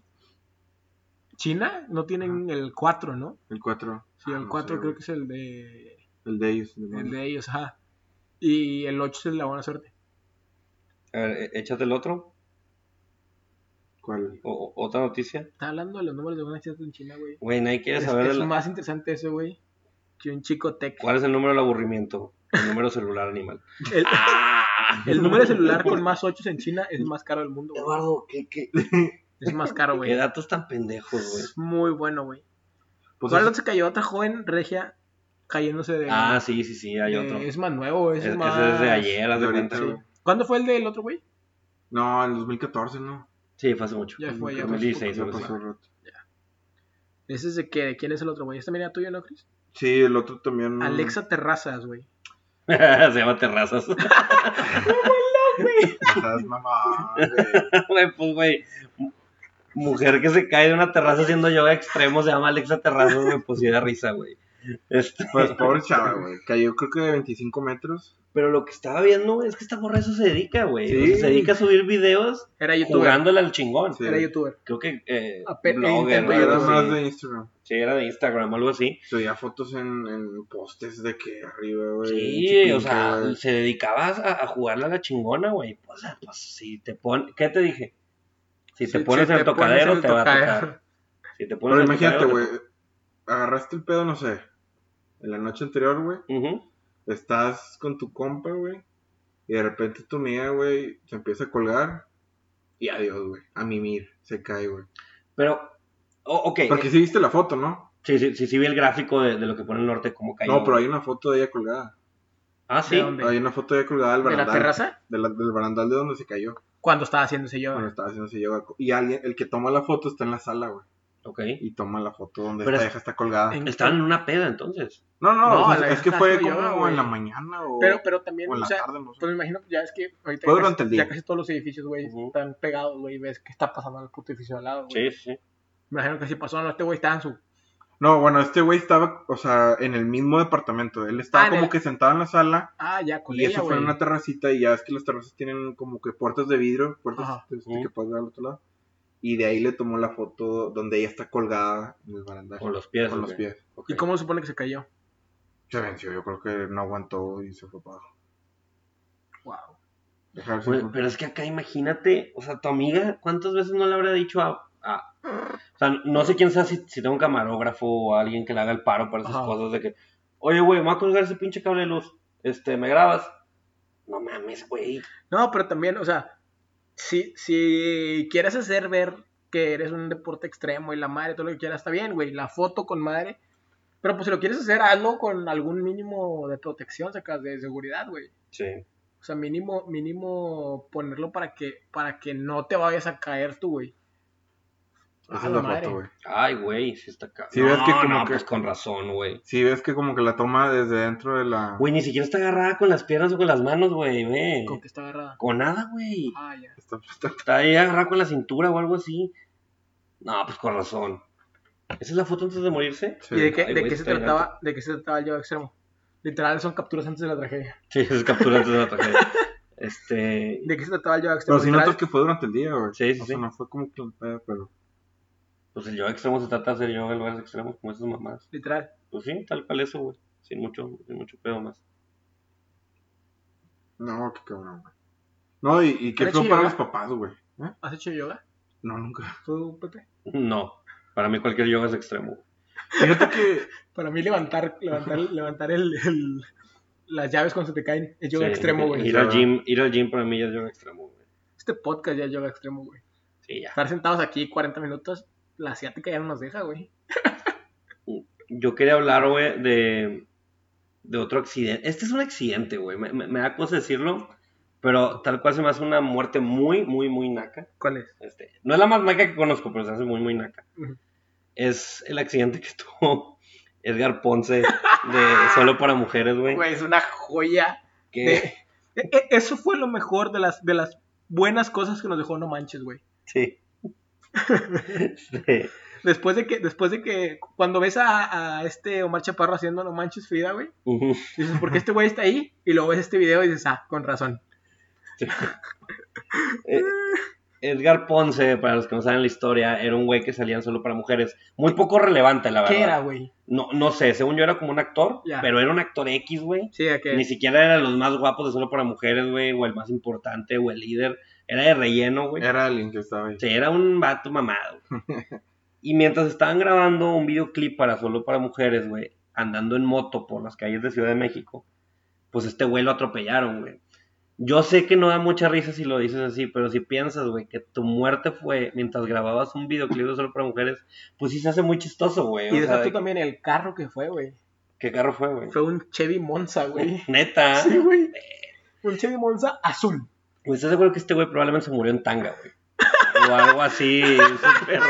Speaker 2: China no tienen el 4, ¿no?
Speaker 3: El 4.
Speaker 2: Sí, Ah,
Speaker 1: Ah,
Speaker 2: el 4 creo que es el de,
Speaker 3: El de ellos. de
Speaker 2: el
Speaker 3: Mondo.
Speaker 2: de ellos, ajá. Y el 8 es la buena suerte.
Speaker 1: A ver, e- échate el otro.
Speaker 3: ¿Cuál?
Speaker 1: O, o- otra noticia.
Speaker 2: Está hablando de los números de buena suerte en China, güey.
Speaker 1: Güey, nadie quiere
Speaker 2: Es,
Speaker 1: saber de
Speaker 2: es
Speaker 1: la-
Speaker 2: más interesante eso, güey, que un chico tech.
Speaker 1: cuál es el número del aburrimiento. El número celular animal.
Speaker 2: El,
Speaker 1: ¡Ah!
Speaker 2: el número de celular con más 8 en China es el más caro del mundo, güey.
Speaker 1: Eduardo, ¿qué, qué,
Speaker 2: Es más caro,
Speaker 1: qué
Speaker 2: güey.
Speaker 1: datos tan pendejos, güey.
Speaker 2: Es muy bueno, güey.
Speaker 3: Pues
Speaker 2: Ahora
Speaker 3: es-
Speaker 2: no se cayó otra joven regia cayéndose de...
Speaker 1: Ah, sí, sí, sí, hay
Speaker 2: de-
Speaker 1: otro.
Speaker 2: Es más nuevo,
Speaker 1: Es-
Speaker 2: ese es
Speaker 1: ese
Speaker 2: más...
Speaker 1: es de ayer, haz
Speaker 3: de
Speaker 1: de
Speaker 3: ahorita,
Speaker 1: cuenta.
Speaker 3: güey.
Speaker 2: ¿Cuándo fue el del otro, güey?
Speaker 3: No, en 2014, ¿no?
Speaker 1: Sí, fue hace mucho.
Speaker 2: Ya fue, ya fue.
Speaker 1: 2016,
Speaker 3: Ya
Speaker 1: algo así.
Speaker 3: pasó rato.
Speaker 2: Ese es de que, ¿de quién es el otro, güey? ¿Este también era tuyo, no, Chris?
Speaker 3: Sí, el otro
Speaker 1: Mm.
Speaker 3: también.
Speaker 2: Alexa Terrazas, güey.
Speaker 1: Se llama Terrazas.
Speaker 3: Estás mamá, güey.
Speaker 1: Güey, pues, güey. mu- Mujer que se cae de una terraza haciendo yoga extremo se llama Alexa Terrazas, güey, pues sí da risa, güey. Este,
Speaker 3: Pues pobre chava, güey. Cayó creo que de 25 metros.
Speaker 1: pero lo que estaba viendo güey, es que esta morra a eso se dedica, güey.
Speaker 3: Sí.
Speaker 1: O sea, se dedica a subir videos
Speaker 2: Era youtuber.
Speaker 1: jugándole al chingón.
Speaker 3: Sí.
Speaker 2: Era youtuber.
Speaker 1: Creo que eh,
Speaker 2: Ape-
Speaker 1: blogger,
Speaker 2: intentó
Speaker 1: güey,
Speaker 3: Era
Speaker 1: algo
Speaker 3: más
Speaker 1: así.
Speaker 3: de Instagram.
Speaker 1: Sí, era de Instagram o algo así.
Speaker 3: Subía fotos en, en postes de que arriba, güey.
Speaker 1: Sí,
Speaker 3: Chipinque,
Speaker 1: o sea,
Speaker 3: güey.
Speaker 1: se dedicaba a, a jugarle a la chingona, güey. O sea, pues si te pones... ¿Qué te dije? Si te
Speaker 2: Sí,
Speaker 1: pones
Speaker 2: sí,
Speaker 1: en el tocadero,
Speaker 2: pones en
Speaker 1: te
Speaker 2: el
Speaker 1: va a
Speaker 2: tocadero.
Speaker 1: tocar. Si te pones
Speaker 3: Pero
Speaker 1: en el
Speaker 3: imagínate,
Speaker 1: tocadero,
Speaker 3: güey.
Speaker 1: te-
Speaker 3: Agarraste el pedo, no sé. En la noche anterior, güey.
Speaker 1: Ujú.
Speaker 3: Estás con tu compa, güey. Y de repente tu amiga, güey, se empieza a colgar. Y adiós, güey. A mimir. Se cae, güey.
Speaker 1: Pero, oh, ok.
Speaker 3: Porque sí viste la foto, ¿no?
Speaker 1: Sí, sí, sí, sí vi el gráfico de, de lo que pone el norte como cayó.
Speaker 3: No, pero hay una foto de ella colgada.
Speaker 1: Ah, sí.
Speaker 2: ¿De dónde?
Speaker 3: Hay una foto de ella colgada del
Speaker 2: ¿De
Speaker 3: barandal.
Speaker 2: la terraza?
Speaker 3: de la- del barandal de donde se cayó.
Speaker 2: Cuando estaba haciéndose yo.
Speaker 3: Cuando estaba haciendo ese yoga. Y alguien, el que toma la foto está en la sala, güey.
Speaker 1: Ok.
Speaker 3: Y toma la foto donde
Speaker 1: Pero
Speaker 3: esta
Speaker 1: es-
Speaker 3: vieja está colgada.
Speaker 2: en-
Speaker 1: Estaban en una peda entonces.
Speaker 3: No, no,
Speaker 2: No,
Speaker 3: o sea,
Speaker 2: la
Speaker 3: es que
Speaker 2: vieja
Speaker 3: fue
Speaker 2: está
Speaker 3: como
Speaker 2: haciendo yoga,
Speaker 3: en
Speaker 2: güey.
Speaker 3: la mañana o,
Speaker 2: Pero, pero también,
Speaker 3: o en
Speaker 2: o
Speaker 3: la
Speaker 2: sea,
Speaker 3: tarde, no sé.
Speaker 2: pues me imagino, ya es que ahorita
Speaker 3: Fue
Speaker 2: ya
Speaker 3: durante el
Speaker 2: casi,
Speaker 3: día.
Speaker 2: ya casi todos los edificios, güey,
Speaker 1: Ujú.
Speaker 2: están pegados, güey, y ves que está pasando el puto edificio al lado, güey.
Speaker 1: Sí, sí.
Speaker 2: Me imagino que si pasó, no, este güey estaba en su...
Speaker 3: No, bueno, este güey estaba, o sea, en el mismo departamento. Él estaba
Speaker 2: Ah, en
Speaker 3: como
Speaker 2: el-
Speaker 3: que sentado en la sala
Speaker 2: Ah, ya, con
Speaker 3: y
Speaker 2: ella,
Speaker 3: eso fue
Speaker 2: güey.
Speaker 3: en una terracita y ya ves que las terrazas tienen como que puertas de vidrio, puertas
Speaker 2: Ajá.
Speaker 3: este,
Speaker 1: Ujú.
Speaker 3: que puedes ver al otro lado. Y de ahí le tomó la foto donde ella está colgada en el barandal.
Speaker 1: Con los pies.
Speaker 3: con los
Speaker 1: ok.
Speaker 3: pies.
Speaker 1: Ok.
Speaker 2: ¿Y cómo se supone que se cayó?
Speaker 3: Se venció, yo creo que no aguantó y se fue para abajo.
Speaker 2: Wow.
Speaker 3: Dejar
Speaker 1: Güey,
Speaker 3: sin-
Speaker 1: pero es que acá imagínate, o sea, tu amiga, ¿cuántas veces no le habrá dicho a... a- O sea, no sé quién sea, si, si tengo un camarógrafo o alguien que le haga el paro para esas
Speaker 2: Ajá.
Speaker 1: cosas de que, oye, güey, me voy a colgar ese pinche cable de luz, este, ¿me grabas? No mames, güey.
Speaker 2: No, pero también, o sea, si, si quieres hacer ver que eres un deporte extremo y la madre, todo lo que quieras, está bien, güey, la foto con madre. Pero pues si lo quieres hacer, hazlo con algún mínimo de protección, sacas de seguridad, güey.
Speaker 1: Sí.
Speaker 2: O sea, mínimo, mínimo ponerlo para que, para que no te vayas a caer tú, güey.
Speaker 3: Esa es la
Speaker 2: madre.
Speaker 3: foto, güey.
Speaker 1: Ay, güey, sí está acá.
Speaker 3: Sí,
Speaker 1: no,
Speaker 3: ves que como
Speaker 1: no,
Speaker 3: que-
Speaker 1: pues con razón, güey.
Speaker 3: Sí, ves que como que la toma desde dentro de la...
Speaker 1: Güey, ni siquiera está agarrada con las piernas o con las manos, güey, ve.
Speaker 2: Con que está agarrada.
Speaker 1: Con nada, güey.
Speaker 2: Ah, ya.
Speaker 3: Está- está-
Speaker 1: Está ahí agarrada con la cintura o algo así. No, pues con razón. ¿Esa es la foto antes de morirse?
Speaker 3: sí.
Speaker 2: ¿Y de qué,
Speaker 1: Ay,
Speaker 2: de
Speaker 1: güey,
Speaker 2: qué se
Speaker 1: está bien
Speaker 2: trataba? ¿De qué se trataba el yo extremo? Literal son capturas antes de la tragedia.
Speaker 1: Sí, es captura antes de la tragedia. Este.
Speaker 2: ¿De qué se trataba el yo extremo?
Speaker 3: Pero si
Speaker 2: Literal,
Speaker 3: notas que fue durante el día, güey.
Speaker 1: Sí, sí,
Speaker 3: O sea,
Speaker 1: sí.
Speaker 3: no fue como que un pedo, pero...
Speaker 1: Pues el yoga extremo se trata de hacer yoga en lugares extremos como esas mamás.
Speaker 2: literal.
Speaker 1: Pues sí, tal cual eso, güey. Sin mucho, sin mucho pedo más.
Speaker 3: No, qué cabrón, güey. No, y, y qué
Speaker 2: Pero
Speaker 3: fue
Speaker 2: sí,
Speaker 3: para los
Speaker 2: ¿verdad?
Speaker 3: papás, güey. ¿Eh?
Speaker 2: ¿Has hecho yoga?
Speaker 3: No, nunca.
Speaker 2: ¿Tú, Pepe?
Speaker 1: No. Para mí cualquier yoga es extremo.
Speaker 3: Fíjate que...
Speaker 2: Para mí levantar, levantar, levantar el, el- las llaves cuando se te caen es yoga
Speaker 1: Sí,
Speaker 2: extremo, güey.
Speaker 1: Ir al gym, ir al gym para mí ya es yoga extremo, güey.
Speaker 2: Este podcast ya es yoga extremo, güey.
Speaker 1: Sí, ya.
Speaker 2: Estar sentados aquí 40 minutos, la asiática ya no nos deja, güey.
Speaker 1: Yo quería hablar, güey, de, de otro accidente. Este es un accidente, güey. Me, me- me da cosa decirlo, Pero tal cual se me hace una muerte muy, muy, muy naca.
Speaker 2: ¿Cuál es?
Speaker 1: Este, no es la más naca que conozco, pero se hace muy, muy naca.
Speaker 2: Ujú.
Speaker 1: Es el accidente que tuvo Edgar Ponce de Solo para Mujeres, güey.
Speaker 2: Güey, es una joya.
Speaker 1: que-
Speaker 2: de- e- e- Eso fue lo mejor de las, de las buenas cosas que nos dejó No Manches, güey.
Speaker 1: Sí. Este,
Speaker 2: Después de que, después de que, cuando ves a, a este Omar Chaparro haciendo No Manches Frida, güey,
Speaker 1: ujú.
Speaker 2: dices, ¿por qué este güey está ahí? Y luego ves este video y dices, ah, con razón.
Speaker 1: Eh, Edgar Ponce, para los que no saben la historia, era un güey que salían solo para mujeres. Muy poco relevante, la verdad.
Speaker 2: ¿Qué era, güey?
Speaker 1: No, no sé, según yo era como un actor,
Speaker 2: Ya.
Speaker 1: pero era un actor X, güey.
Speaker 2: Sí, ¿a qué?
Speaker 1: Ni siquiera era los más guapos de solo para mujeres, güey, o el más importante, o el líder. Era de relleno, güey.
Speaker 3: Era alguien que estaba ahí.
Speaker 1: O sea, era un vato mamado. Y mientras estaban grabando un videoclip para solo para mujeres, güey, andando en moto por las calles de Ciudad de México, pues este güey lo atropellaron, güey. Yo sé que no da mucha risa si lo dices así, pero si piensas, güey, que tu muerte fue mientras grababas un videoclip de solo para mujeres, pues sí se hace muy chistoso, güey.
Speaker 2: Y
Speaker 1: O sea,
Speaker 2: deja tú
Speaker 1: de-
Speaker 2: también el carro que fue, güey.
Speaker 1: ¿Qué carro fue, güey?
Speaker 2: Fue un Chevy Monza, güey.
Speaker 1: Neta.
Speaker 2: Sí, güey. Un Chevy Monza azul.
Speaker 1: Pues estás de acuerdo que este güey probablemente se murió en tanga, güey. O algo así, súper-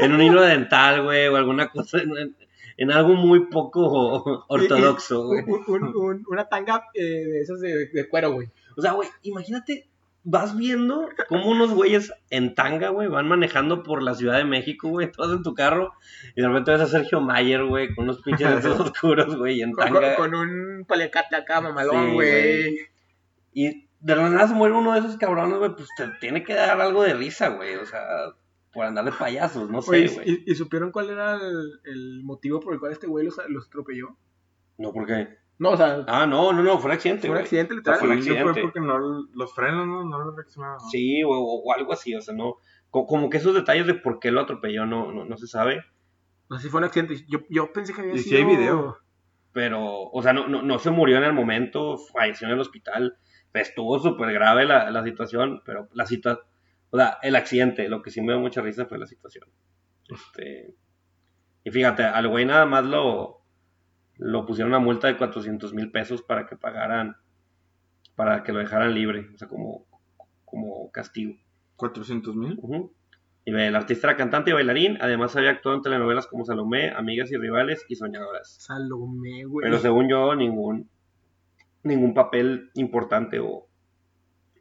Speaker 1: en un hilo dental, güey, o alguna cosa, en, en algo muy poco ortodoxo, güey.
Speaker 2: Un- un- un- una tanga eh, de esas de, de cuero, güey.
Speaker 1: O sea, güey, imagínate, vas viendo cómo unos güeyes en tanga, güey, van manejando por la Ciudad de México, güey, todos en tu carro, y de repente ves a Sergio Mayer, güey, con unos pinches lentes oscuros, güey, en
Speaker 2: Con,
Speaker 1: tanga.
Speaker 2: con- con un paliacate acá, mamalón,
Speaker 1: Sí,
Speaker 2: güey.
Speaker 1: Y de la nada se muere uno de esos cabrones, güey, pues te tiene que dar algo de risa, güey, o sea, por andar de payasos, no sé,
Speaker 2: Oye,
Speaker 1: güey.
Speaker 2: ¿y, y supieron cuál era el, el motivo por el cual este güey los, los atropelló?
Speaker 1: No, ¿por qué?
Speaker 2: No, o sea,
Speaker 1: Ah, no, no, no, fue un accidente,
Speaker 2: fue un
Speaker 1: güey.
Speaker 2: accidente
Speaker 1: sea,
Speaker 2: literal.
Speaker 1: fue un
Speaker 3: Sí,
Speaker 1: accidente.
Speaker 3: fue porque no los frenos no, no los reaccionaron. ¿no?
Speaker 1: Sí, o, o- o algo así, o sea, no. co- Como que esos detalles de por qué lo atropelló no, no, no se sabe,
Speaker 2: No sé si fue un accidente. Yo, yo pensé que había
Speaker 3: Y
Speaker 2: sido...
Speaker 3: si hay video.
Speaker 1: pero, o sea, no, no, no se murió en el momento, falleció en el hospital, estuvo súper grave la, la situación, pero la situación, o sea, el accidente, lo que sí me dio mucha risa fue la situación. Este, y fíjate, al güey nada más lo, lo pusieron una multa de 400 mil pesos para que pagaran, para que lo dejaran libre, o sea, como, como castigo.
Speaker 3: 400 mil.
Speaker 1: Ujú. Y ve, el artista era cantante y bailarín, además había actuado en telenovelas como Salomé, Amigas y Rivales y Soñadoras.
Speaker 2: Salomé, güey.
Speaker 1: Pero según yo, ningún, ningún papel importante o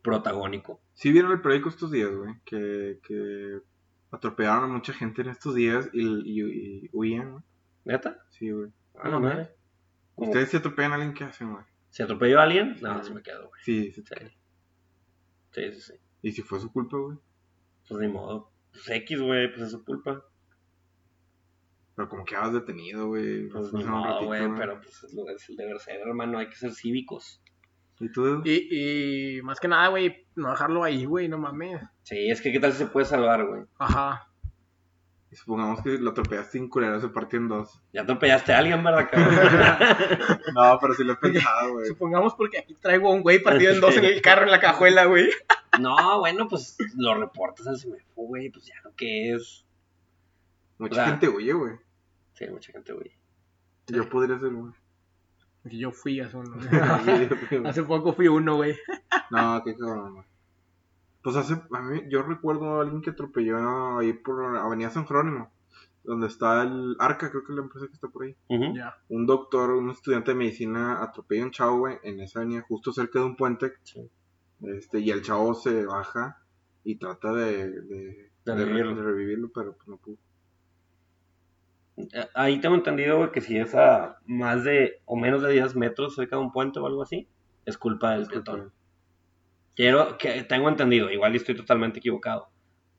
Speaker 1: protagónico.
Speaker 3: Sí vieron el periódico estos días, güey, que, que atropellaron a mucha gente en estos días y, y- y huían, güey.
Speaker 1: ¿Neta?
Speaker 3: Sí, güey.
Speaker 1: Ah, no, madre. ¿Cómo?
Speaker 3: Ustedes se atropellan a alguien, ¿qué hacen, güey?
Speaker 1: ¿Se atropelló a alguien? No, se me quedó, güey.
Speaker 3: Sí, sí.
Speaker 1: Sí. Sí, sí, sí.
Speaker 3: ¿Y si fue su culpa, güey?
Speaker 1: Pues ni modo. Pues X, güey, pues es su culpa.
Speaker 3: Pero como que habías detenido, güey.
Speaker 1: Pues
Speaker 3: hace
Speaker 1: ni
Speaker 3: un
Speaker 1: modo,
Speaker 3: ratito,
Speaker 1: güey,
Speaker 3: güey.
Speaker 1: pero pues es, lo- es el deber ser, hermano, hay que ser cívicos.
Speaker 3: ¿Y tú, Dedo?
Speaker 2: Y, y más que nada, güey, no dejarlo ahí, güey, no mames.
Speaker 1: Sí, es que qué tal si se puede salvar, güey.
Speaker 2: Ajá.
Speaker 3: Y Supongamos que lo atropellaste sin culero, se partió en dos.
Speaker 1: Ya atropellaste a alguien, ¿verdad, cabrón?
Speaker 3: No, pero sí lo he pensado, güey.
Speaker 2: Supongamos porque aquí traigo a un güey partido en dos en el carro, en la cajuela, güey.
Speaker 1: No, bueno, pues lo reportas al CIMEFO, güey, pues ya lo que es.
Speaker 3: Mucha
Speaker 1: Claro.
Speaker 3: gente huye, güey.
Speaker 1: Sí, mucha gente, güey.
Speaker 3: Yo podría ser, güey.
Speaker 2: Porque yo fui hace uno.
Speaker 3: Sí, güey.
Speaker 2: hace poco fui uno, güey.
Speaker 3: No, qué cabrón, güey. Pues hace, a mí, yo recuerdo a alguien que atropelló ahí por Avenida San Jerónimo, donde está el Arca, creo que es la empresa que está por ahí.
Speaker 1: Ujú.
Speaker 2: Ya.
Speaker 3: Un doctor, un estudiante de medicina atropella a un chavo, güey, en esa avenida, justo cerca de un puente.
Speaker 1: Sí.
Speaker 3: Este, y el chavo se baja y trata de, de,
Speaker 1: De
Speaker 3: de re-
Speaker 1: revivirlo.
Speaker 3: de revivirlo, pero pues no pudo.
Speaker 1: Eh, Ahí tengo entendido, güey, que si es a más de o menos de 10 metros cerca de un puente o algo así, es culpa del peatón. Quiero, que tengo entendido, igual estoy totalmente equivocado.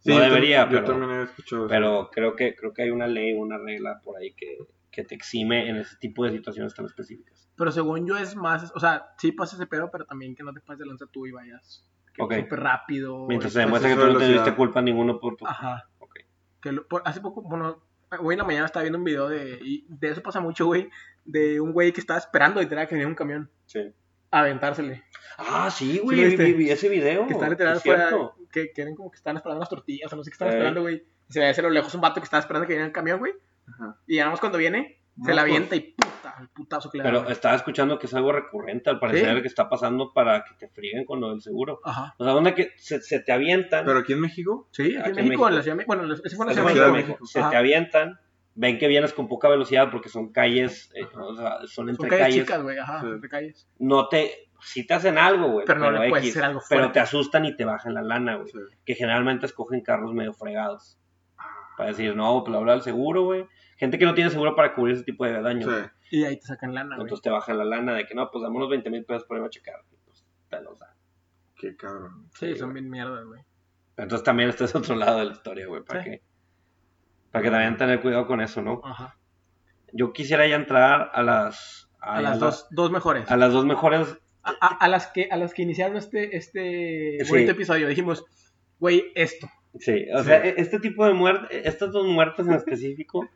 Speaker 3: Sí,
Speaker 1: no
Speaker 3: yo tam-
Speaker 1: debería,
Speaker 3: Yo
Speaker 1: pero,
Speaker 3: también había escuchado eso.
Speaker 1: pero creo que creo que hay una ley, una regla por ahí que, que te exime en ese tipo de situaciones tan específicas.
Speaker 2: Pero según yo es más, o sea, sí pasa ese pedo, pero también que no te pases de lanza tú y vayas que
Speaker 1: Ok.
Speaker 2: súper rápido.
Speaker 1: Mientras se
Speaker 2: Entonces,
Speaker 1: demuestra que tú
Speaker 3: exceso de
Speaker 1: no te diste
Speaker 3: velocidad.
Speaker 1: culpa a ninguno por tu...
Speaker 2: Ajá.
Speaker 1: Ok.
Speaker 2: Que lo- por- hace poco, bueno, hoy en la mañana estaba viendo un video de, y de eso pasa mucho, güey, de un güey que estaba esperando literal que venía un camión
Speaker 1: Sí.
Speaker 2: a aventársele.
Speaker 1: Ah, sí,
Speaker 2: ¿Sí
Speaker 1: güey,
Speaker 2: lo
Speaker 1: vi,
Speaker 2: viste?
Speaker 1: vi- vi ese video.
Speaker 2: que están literal
Speaker 1: Oh, es
Speaker 2: fuera,
Speaker 1: cierto.
Speaker 2: que quieren como que están esperando las tortillas, o no sé qué están
Speaker 1: Ey.
Speaker 2: esperando, güey. Y se ve hacia lo lejos un vato que estaba esperando que viniera el camión, güey.
Speaker 3: Ajá.
Speaker 2: Y nada más cuando viene, Se la avienta y puta, el putazo que le da.
Speaker 1: Pero
Speaker 2: güey.
Speaker 1: estaba escuchando que es algo recurrente, al parecer,
Speaker 2: Sí.
Speaker 1: que está pasando para que te frieguen con lo del seguro.
Speaker 2: Ajá.
Speaker 1: O sea, donde que se, se te avientan.
Speaker 3: Pero aquí en México,
Speaker 2: Sí, aquí,
Speaker 1: Aquí en
Speaker 2: en México,
Speaker 1: México.
Speaker 2: en la Ciudad de México. Bueno, ese fue en la
Speaker 1: Haz de
Speaker 2: Ciudad de
Speaker 1: cuenta,
Speaker 2: México.
Speaker 3: Ciudad de
Speaker 1: güey,
Speaker 3: México.
Speaker 1: Se
Speaker 2: Ajá.
Speaker 1: te avientan, ven que vienes con poca velocidad porque son calles, eh, o sea, son entre
Speaker 2: Son calles,
Speaker 1: calles.
Speaker 2: chicas, güey, ajá,
Speaker 3: Sí.
Speaker 2: entre calles.
Speaker 1: No te, si te hacen algo, güey.
Speaker 2: Pero no le puedes
Speaker 1: X,
Speaker 2: hacer algo
Speaker 1: Pero
Speaker 2: fuerte.
Speaker 1: te asustan y te bajan la lana, güey.
Speaker 3: sí.
Speaker 1: Que generalmente escogen carros medio fregados.
Speaker 2: Ah.
Speaker 1: Para decir, no, pues, pero habla del seguro, güey. Gente que no tiene seguro para cubrir ese tipo de daños.
Speaker 3: sí.
Speaker 2: Y ahí te sacan lana, güey.
Speaker 1: Entonces te bajan la lana de que no, pues dame unos 20 mil pesos por irme a checar. Y pues te los dan.
Speaker 3: Qué cabrón.
Speaker 2: Sí, son
Speaker 1: güey.
Speaker 2: bien mierdas, güey.
Speaker 1: Entonces también este es otro lado de la historia, güey. Para
Speaker 2: Sí.
Speaker 1: que. Para que también tener cuidado con eso, ¿no?
Speaker 2: Ajá.
Speaker 1: Yo quisiera ya entrar a las.
Speaker 2: A las dos, dos mejores.
Speaker 1: A las dos mejores.
Speaker 2: a, a- a las que a las que iniciaron este este
Speaker 1: Sí.
Speaker 2: bonito episodio dijimos güey esto
Speaker 1: Sí, o
Speaker 3: Sí.
Speaker 1: sea, e- este tipo de muerte, estas dos muertes en específico,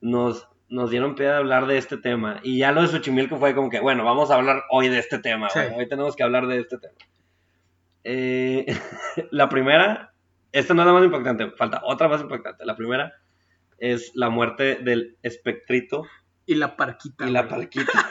Speaker 1: nos, nos dieron pie de hablar de este tema. Y ya lo de Xochimilco fue como que, bueno, vamos a hablar hoy de este tema,
Speaker 2: Sí.
Speaker 1: güey, hoy tenemos que hablar de este tema. Eh, la primera, esta no es la más impactante, falta otra más impactante. La primera es la muerte del espectrito
Speaker 2: y la parquita
Speaker 1: y la
Speaker 2: güey.
Speaker 1: palquita.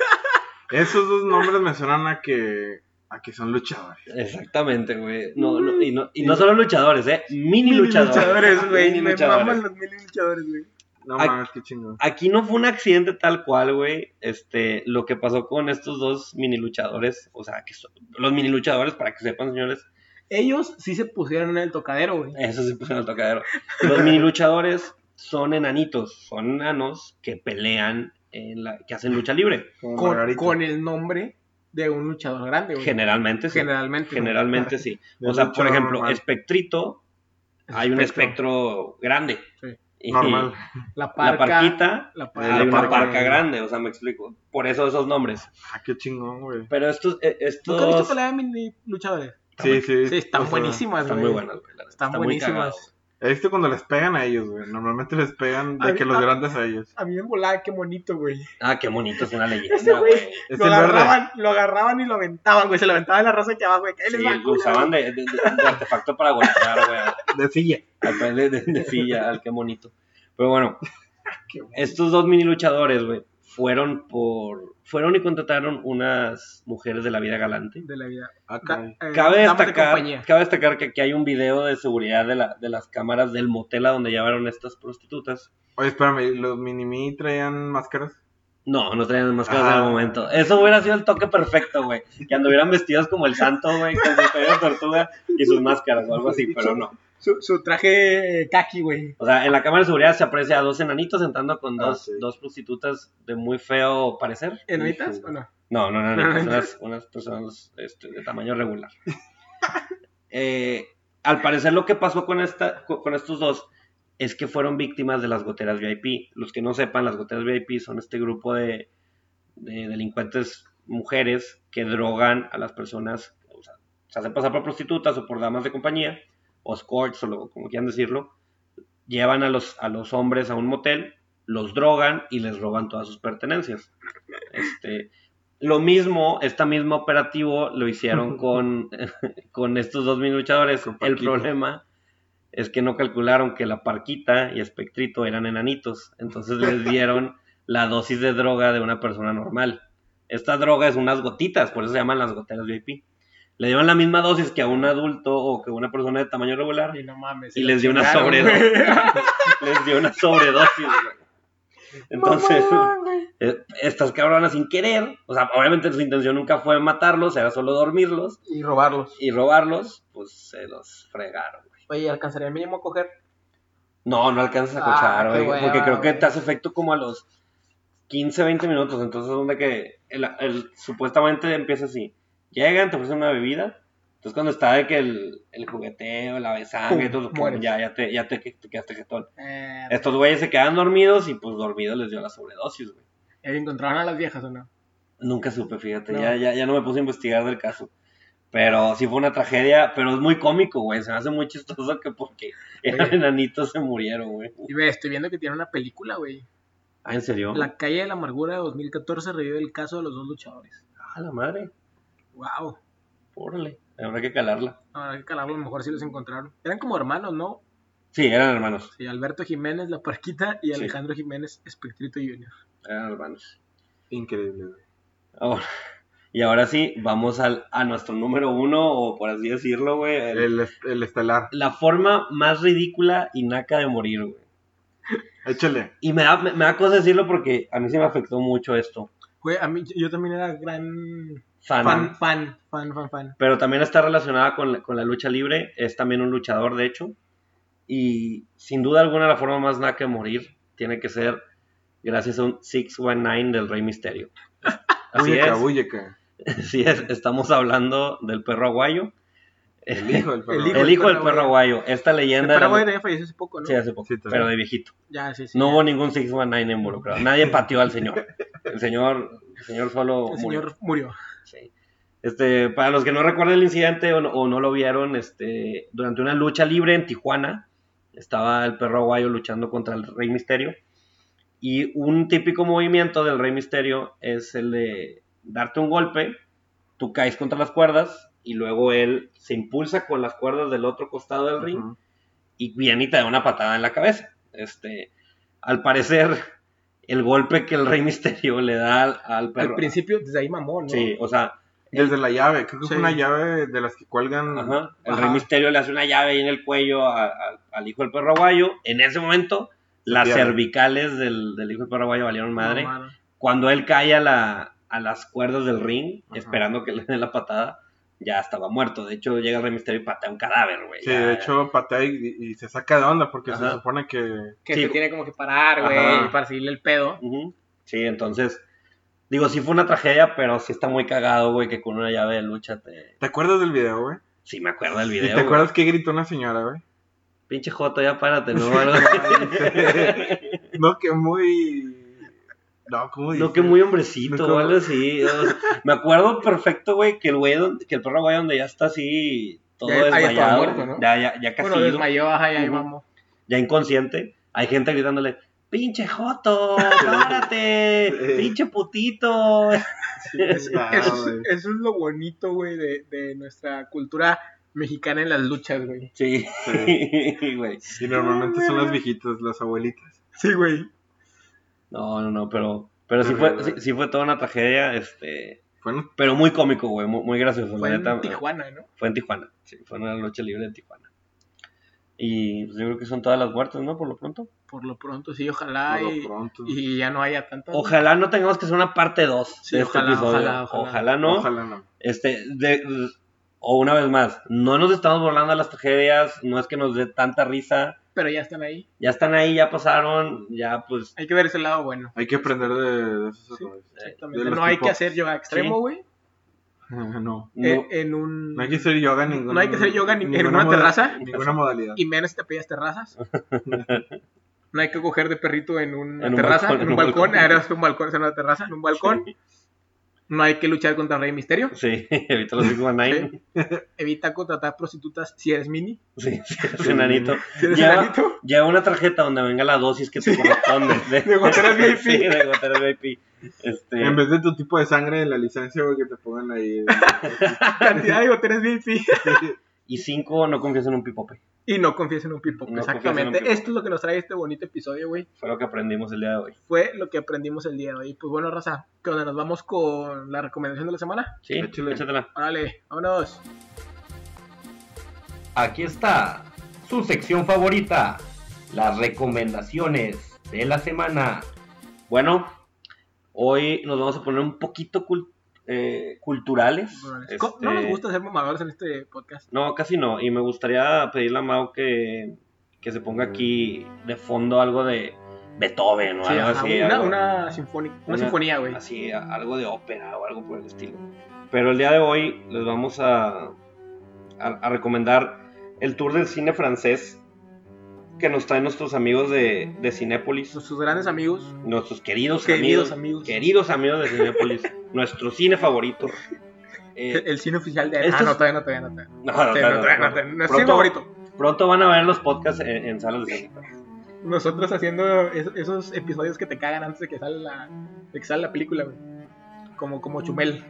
Speaker 3: Esos dos nombres me suenan a que, a que son luchadores.
Speaker 1: Exactamente, güey. No, no- y, no, y no solo luchadores, ¿eh? Mini,
Speaker 2: Mil
Speaker 1: luchadores.
Speaker 2: luchadores güey
Speaker 1: Mini
Speaker 2: me
Speaker 1: Ah, luchadores.
Speaker 2: maman los mil luchadores güey
Speaker 3: No
Speaker 1: Ay.
Speaker 3: mames, qué chingón.
Speaker 1: aquí no fue un accidente tal cual, güey. Este, lo que pasó con estos dos mini luchadores, o sea, que son- los mini luchadores, para que sepan, señores,
Speaker 2: ellos sí se pusieron en el tocadero güey
Speaker 1: eso se puso en el tocadero. Los mini luchadores son enanitos, son enanos que pelean, en la, que hacen lucha libre.
Speaker 3: Como
Speaker 2: con,
Speaker 3: Margarito.
Speaker 2: con el nombre de un luchador grande güey
Speaker 1: Generalmente sí.
Speaker 2: generalmente güey.
Speaker 1: Generalmente sí.
Speaker 3: De
Speaker 1: O sea,
Speaker 3: lucha
Speaker 1: por ejemplo,
Speaker 3: normal.
Speaker 1: espectrito, hay un espectro grande.
Speaker 2: Sí.
Speaker 1: Y
Speaker 3: normal.
Speaker 2: la
Speaker 1: La
Speaker 2: parca
Speaker 1: parquita,
Speaker 2: la
Speaker 3: Ah,
Speaker 1: hay
Speaker 2: parca
Speaker 3: la
Speaker 1: una
Speaker 3: parca.
Speaker 1: parca grande, o sea, me explico. Por eso esos nombres.
Speaker 3: Ah, qué chingón, güey.
Speaker 1: Pero estos, eh, estos...
Speaker 2: nunca he visto pelea de mini luchadores
Speaker 3: Sí, sí.
Speaker 2: sí están
Speaker 3: o sea,
Speaker 2: buenísimas
Speaker 1: Están
Speaker 2: güey
Speaker 1: pues, muy buenas, güey, la neta.
Speaker 2: están
Speaker 1: Está muy cagado,
Speaker 2: buenísimas
Speaker 3: He visto cuando les pegan a ellos, güey. Normalmente les pegan de
Speaker 2: Ay,
Speaker 3: que los
Speaker 2: ah.
Speaker 3: grandes a ellos.
Speaker 2: a mí me volaba qué bonito güey
Speaker 1: güey. Ah, qué bonito, es una leyenda.
Speaker 2: Ese güey.
Speaker 1: güey.
Speaker 3: Es
Speaker 2: lo
Speaker 3: el verde.
Speaker 2: agarraban, lo agarraban y lo aventaban, güey. Se lo aventaban en la raza que abajo, güey. que ahí
Speaker 1: Sí,
Speaker 2: les va,
Speaker 1: lo
Speaker 2: culo,
Speaker 1: usaban de, de- de- de artefacto para golpear, güey.
Speaker 3: De silla.
Speaker 1: Al pan de, de, de silla, al qué bonito. Pero bueno,
Speaker 3: Qué bueno.
Speaker 1: estos dos mini luchadores, güey, fueron por. Fueron y contrataron unas mujeres de la vida galante.
Speaker 2: De la vida.
Speaker 3: Ah,
Speaker 2: Da-
Speaker 3: caray.
Speaker 2: eh,
Speaker 1: Cabe
Speaker 2: damas de
Speaker 1: destacar,
Speaker 2: compañía.
Speaker 1: cabe destacar que aquí hay un video de seguridad de, la, de las cámaras del motel a donde llevaron estas prostitutas.
Speaker 3: Oye, espérame, ¿los Minimi traían máscaras?
Speaker 1: No, no traían máscaras
Speaker 3: Ah.
Speaker 1: en el momento. Eso hubiera sido el toque perfecto, güey. Que anduvieran vestidos como el santo, güey, con sus pedidos de tortuga y sus máscaras o algo así, pero no.
Speaker 2: Su, su traje kaki, güey.
Speaker 1: O sea, en la cámara de seguridad se aprecia a dos enanitos sentando con
Speaker 3: Ah,
Speaker 1: dos,
Speaker 3: sí.
Speaker 1: dos prostitutas de muy feo parecer.
Speaker 2: ¿Enanitas o no?
Speaker 1: No, no, no,
Speaker 2: No,
Speaker 1: no,
Speaker 2: no.
Speaker 1: unas, unas personas este, de tamaño regular. Eh, al parecer lo que pasó con, esta, co- con estos dos es que fueron víctimas de las goteras VIP. Los que no sepan, las goteras VIP son este grupo de, de delincuentes mujeres que drogan a las personas, o sea, se hacen pasar por prostitutas o por damas de compañía, o escorts, o lo- como quieran decirlo. Llevan a los, a los hombres a un motel, los drogan y les roban todas sus pertenencias. Este, lo mismo, este mismo operativo lo hicieron con, con estos dos mil luchadores.
Speaker 3: Con
Speaker 1: El
Speaker 3: Paquito.
Speaker 1: problema es que no calcularon que la Parquita y Espectrito eran enanitos, entonces les dieron la dosis de droga de una persona normal. Esta droga es unas gotitas, por eso se llaman las goteras VIP. Le dieron la misma dosis que a un adulto o que a una persona de tamaño regular.
Speaker 2: Y no mames.
Speaker 1: Y
Speaker 2: se
Speaker 1: les
Speaker 2: la
Speaker 1: dio una
Speaker 2: chingaron,
Speaker 1: sobredosis.
Speaker 2: güey.
Speaker 1: Les dio una sobredosis. güey. Entonces,
Speaker 2: Mamá, güey.
Speaker 1: eh, estas cabronas sin querer, o sea, obviamente su intención nunca fue matarlos, era solo dormirlos
Speaker 2: Y robarlos.
Speaker 1: y robarlos, pues se los fregaron. güey.
Speaker 2: Oye, ¿alcanzaría el mínimo a coger?
Speaker 1: No, no alcanzas a
Speaker 2: Ah,
Speaker 1: cochar,
Speaker 2: qué
Speaker 1: güey,
Speaker 2: hueva,
Speaker 1: porque creo que
Speaker 2: güey.
Speaker 1: te hace efecto como a los 15, 20 minutos, entonces es donde que el, el- supuestamente empieza así, llegan, te ofrecen una bebida, entonces cuando está de que el, el jugueteo, la besanga y
Speaker 2: Pum,
Speaker 1: todo, pum,
Speaker 2: mueres.
Speaker 1: ya, ya, te, ya te, te quedaste jetón.
Speaker 2: Eh,
Speaker 1: Estos güeyes se quedan dormidos y pues dormidos les dio la sobredosis, güey.
Speaker 2: eh, ¿Encontraron a las viejas o no?
Speaker 1: Nunca supe, fíjate,
Speaker 2: No.
Speaker 1: ya, ya, ya no me puse a investigar del caso. Pero sí fue una tragedia, pero es muy cómico, güey. Se me hace muy chistoso que porque eran
Speaker 2: Oye.
Speaker 1: enanitos se murieron, güey.
Speaker 2: Y ve, estoy viendo que tiene una película, güey.
Speaker 1: Ah, ¿en serio?
Speaker 2: La calle de la amargura de 2014 revive el caso de los dos luchadores.
Speaker 1: Ah, la madre.
Speaker 2: Wow.
Speaker 1: Órale, habrá que calarla.
Speaker 2: Ahora hay que calarlo, a lo mejor sí los encontraron. Eran como hermanos, ¿no?
Speaker 1: Sí, eran hermanos.
Speaker 2: Sí, Alberto Jiménez, La Parquita, y
Speaker 1: Sí.
Speaker 2: Alejandro Jiménez, Espectrito Junior.
Speaker 1: Eran hermanos.
Speaker 3: Increíble, güey.
Speaker 1: Ahora- y ahora sí, vamos al, a nuestro número uno, o por así decirlo, güey. el-
Speaker 3: El, est- el estelar.
Speaker 1: la forma más ridícula y naca de morir, güey.
Speaker 3: Échale.
Speaker 1: Y me da, me, me da cosa decirlo porque a mí se me afectó mucho esto.
Speaker 2: Güey, a mí, yo también era gran
Speaker 1: Fan.
Speaker 2: fan, fan, fan, fan, fan.
Speaker 1: Pero también está relacionada con la, con la lucha libre. Es también un luchador, de hecho. Y sin duda alguna, la forma más naca de morir tiene que ser gracias a un 619 del Rey Misterio. Así
Speaker 3: Búyeca,
Speaker 1: es.
Speaker 3: búyeca.
Speaker 1: Así es. Estamos hablando del perro aguayo.
Speaker 3: El hijo del perro.
Speaker 2: El
Speaker 1: El hijo del perro aguayo. Esta
Speaker 2: El
Speaker 1: leyenda.
Speaker 2: perro
Speaker 1: era-
Speaker 2: güey ya falleció hace poco, ¿no?
Speaker 1: Sí, hace poco.
Speaker 3: Sí, también.
Speaker 1: pero de viejito.
Speaker 2: Ya, sí, sí.
Speaker 1: No
Speaker 2: ya.
Speaker 1: hubo ningún 619 involucrado. Nadie pateó al señor. El señor, el señor solo
Speaker 2: El
Speaker 1: murió.
Speaker 2: señor murió.
Speaker 1: Sí. Este, para los que no recuerdan el incidente o no, o no lo vieron, este, durante una lucha libre en Tijuana, estaba el perro aguayo luchando contra el Rey Misterio. Y un típico movimiento del Rey Misterio es el de darte un golpe, tú caes contra las cuerdas y luego él se impulsa con las cuerdas del otro costado del ring
Speaker 3: Ujú.
Speaker 1: y viene y te da una patada en la cabeza. Este, al parecer, el golpe que el Rey Misterio le da al, al perro.
Speaker 2: Al principio, desde ahí mamó, ¿no?
Speaker 1: Sí, o sea,
Speaker 3: Desde la llave. Creo que
Speaker 2: Sí.
Speaker 3: fue una llave de las que cuelgan.
Speaker 1: Ajá. El
Speaker 2: Ajá.
Speaker 1: Rey Misterio le hace una llave ahí en el cuello a- a- al hijo del perro aguayo. En ese momento, las
Speaker 3: pierde.
Speaker 1: cervicales del, del hijo del perro aguayo valieron madre.
Speaker 2: No, mano.
Speaker 1: Cuando él cae a, la- a las cuerdas del ring,
Speaker 3: Ajá.
Speaker 1: esperando que le den la patada, ya estaba muerto. De hecho, llega el Rey Misterio y patea un cadáver, güey.
Speaker 3: Sí,
Speaker 1: Ya-
Speaker 3: de hecho patea y, y se saca de onda porque
Speaker 1: Ajá.
Speaker 3: se supone que.
Speaker 2: Que
Speaker 1: Sí.
Speaker 2: se tiene como que parar, güey,
Speaker 3: Ajá.
Speaker 2: para seguirle el pedo.
Speaker 1: Ujú. Sí, entonces, digo, sí fue una tragedia, pero sí está muy cagado, güey, que con una llave de lucha te...
Speaker 3: ¿Te acuerdas del video, güey?
Speaker 1: Sí me acuerdo del
Speaker 3: ¿Y
Speaker 1: video.
Speaker 3: te
Speaker 1: güey.
Speaker 3: acuerdas que gritó una señora, güey?
Speaker 1: Pinche Joto, ya párate, ¿no? Algo-
Speaker 3: No, que muy. No, ¿cómo Ah, dices?
Speaker 1: No, que muy hombrecito
Speaker 3: Nunca-
Speaker 1: o algo así. o sea, me acuerdo perfecto, güey, que el güey, donde- que el perro güey donde ya está así todo
Speaker 2: Ya- ah, ya estaba
Speaker 1: desmayado,
Speaker 2: muerto, ¿no?
Speaker 1: ya, ya, ya casi
Speaker 2: Bueno,
Speaker 1: ido,
Speaker 2: desmayó, ajá, ya ahí
Speaker 1: Ujú.
Speaker 2: mamó.
Speaker 1: ya inconsciente. Hay gente gritándole, pinche joto, párate,
Speaker 3: Sí.
Speaker 1: pinche putito.
Speaker 3: Ah,
Speaker 2: Eso, es-
Speaker 3: güey.
Speaker 2: eso es lo bonito, güey, de, de nuestra cultura mexicana en las luchas, güey.
Speaker 1: Sí, güey.
Speaker 3: Y normalmente son las viejitas, las abuelitas.
Speaker 2: Sí, güey.
Speaker 1: No, no, no, pero, pero sí, fue, sí, sí fue toda una tragedia, este,
Speaker 3: Bueno,
Speaker 1: pero muy cómico, güey, muy, muy
Speaker 3: Pues
Speaker 1: gracioso.
Speaker 2: Fue
Speaker 1: la
Speaker 2: en
Speaker 1: neta. eh,
Speaker 2: Tijuana, ¿no?
Speaker 1: Fue en Tijuana, sí, fue en una lucha libre en Tijuana. Y pues, yo creo que son todas las muertes, ¿no? Por lo pronto.
Speaker 2: Por lo pronto, sí, ojalá.
Speaker 3: por lo
Speaker 2: y,
Speaker 3: pronto.
Speaker 2: y ya no haya tantas.
Speaker 1: Ojalá no tengamos que hacer una parte 2
Speaker 2: Sí,
Speaker 1: de este
Speaker 2: ojalá,
Speaker 1: episodio.
Speaker 2: ojalá, ojalá.
Speaker 1: no.
Speaker 3: Ojalá no.
Speaker 1: Este, de- o una vez más, no nos estamos burlando de las tragedias, no es que nos dé tanta risa.
Speaker 2: Pero ya están ahí.
Speaker 1: Ya están ahí, ya pasaron, ya pues.
Speaker 2: Hay que ver ese lado bueno.
Speaker 3: Hay que aprender de, de esos
Speaker 2: Sí.
Speaker 3: errores.
Speaker 2: Exactamente.
Speaker 3: de los
Speaker 2: No hay
Speaker 3: tipos.
Speaker 2: que hacer yoga extremo, güey.
Speaker 3: No.
Speaker 1: no-
Speaker 2: En, en un.
Speaker 3: No hay que hacer yoga en ninguna.
Speaker 2: No hay que hacer yoga ni- en
Speaker 3: ninguna
Speaker 2: una
Speaker 3: moda-
Speaker 2: terraza.
Speaker 3: Ninguna modalidad.
Speaker 2: Y menos si te pillas terrazas. No hay que coger de perrito en una
Speaker 1: En un
Speaker 2: terraza,
Speaker 1: balcón,
Speaker 2: en un balcón. Ahora es un balcón, es una terraza, en un balcón. No hay que luchar contra el Rey Misterio.
Speaker 1: Sí, evita los 619.
Speaker 2: Evita contratar prostitutas si eres mini.
Speaker 1: Sí, sí, es enanito.
Speaker 2: Si eres
Speaker 1: Lleva-
Speaker 2: enanito.
Speaker 1: Lleva una tarjeta donde venga la dosis que te corresponde.
Speaker 2: De goteras VIP.
Speaker 1: Sí, de goteras VIP. Este,
Speaker 3: En vez de tu tipo de sangre en la licencia, güey, que te pongan ahí.
Speaker 2: Cantidad de goteras VIP.
Speaker 1: Y cinco, no confías en un pipope.
Speaker 2: Y no confíes en un pipo.
Speaker 1: No confíes en un
Speaker 2: Exactamente.
Speaker 1: pipo.
Speaker 2: Esto es lo que nos trae este bonito episodio, güey.
Speaker 1: Fue lo que aprendimos el día de hoy.
Speaker 2: Fue lo que aprendimos el día de hoy. Pues bueno, raza, que onda, nos vamos con la recomendación de la semana.
Speaker 1: Sí,
Speaker 3: Échale.
Speaker 1: échatela.
Speaker 2: Órale, vámonos.
Speaker 4: Aquí está su sección favorita, las recomendaciones de la semana.
Speaker 1: Bueno, hoy nos vamos a poner un poquito cul- eh, culturales.
Speaker 2: Co- No
Speaker 1: Este,
Speaker 2: nos gusta ser mamadores en este podcast.
Speaker 1: No, casi no. Y me gustaría pedirle a Mao que, que se ponga aquí de fondo algo de Beethoven o
Speaker 2: Sí,
Speaker 1: algo
Speaker 2: ajá,
Speaker 1: así.
Speaker 2: una,
Speaker 1: algo-
Speaker 2: una sinfónica, una,
Speaker 1: Una-
Speaker 2: sinfonía, güey.
Speaker 1: así, a- algo de ópera o algo por el estilo. Pero el día de hoy les vamos a, a, a recomendar el tour del cine francés que nos traen nuestros amigos de, de Cinépolis,
Speaker 2: Sus, sus grandes amigos,
Speaker 1: nuestros queridos, amigos,
Speaker 2: queridos amigos.
Speaker 1: queridos amigos de Cinépolis, nuestro cine favorito. Eh,
Speaker 2: El cine oficial de.
Speaker 1: Estos-
Speaker 2: Ah, no, todavía no, todavía no. Todavía
Speaker 1: no, no,
Speaker 2: no, todavía no,
Speaker 1: no,
Speaker 2: todavía no,
Speaker 1: no,
Speaker 2: todavía no.
Speaker 1: no.
Speaker 2: Nuestro cine
Speaker 1: Pronto,
Speaker 2: favorito.
Speaker 1: pronto van a ver los podcasts en, en salas de cine.
Speaker 2: Nosotros haciendo es- esos episodios que te cagan antes de que salga la, de que salga la película, güey. Como, como Chumel.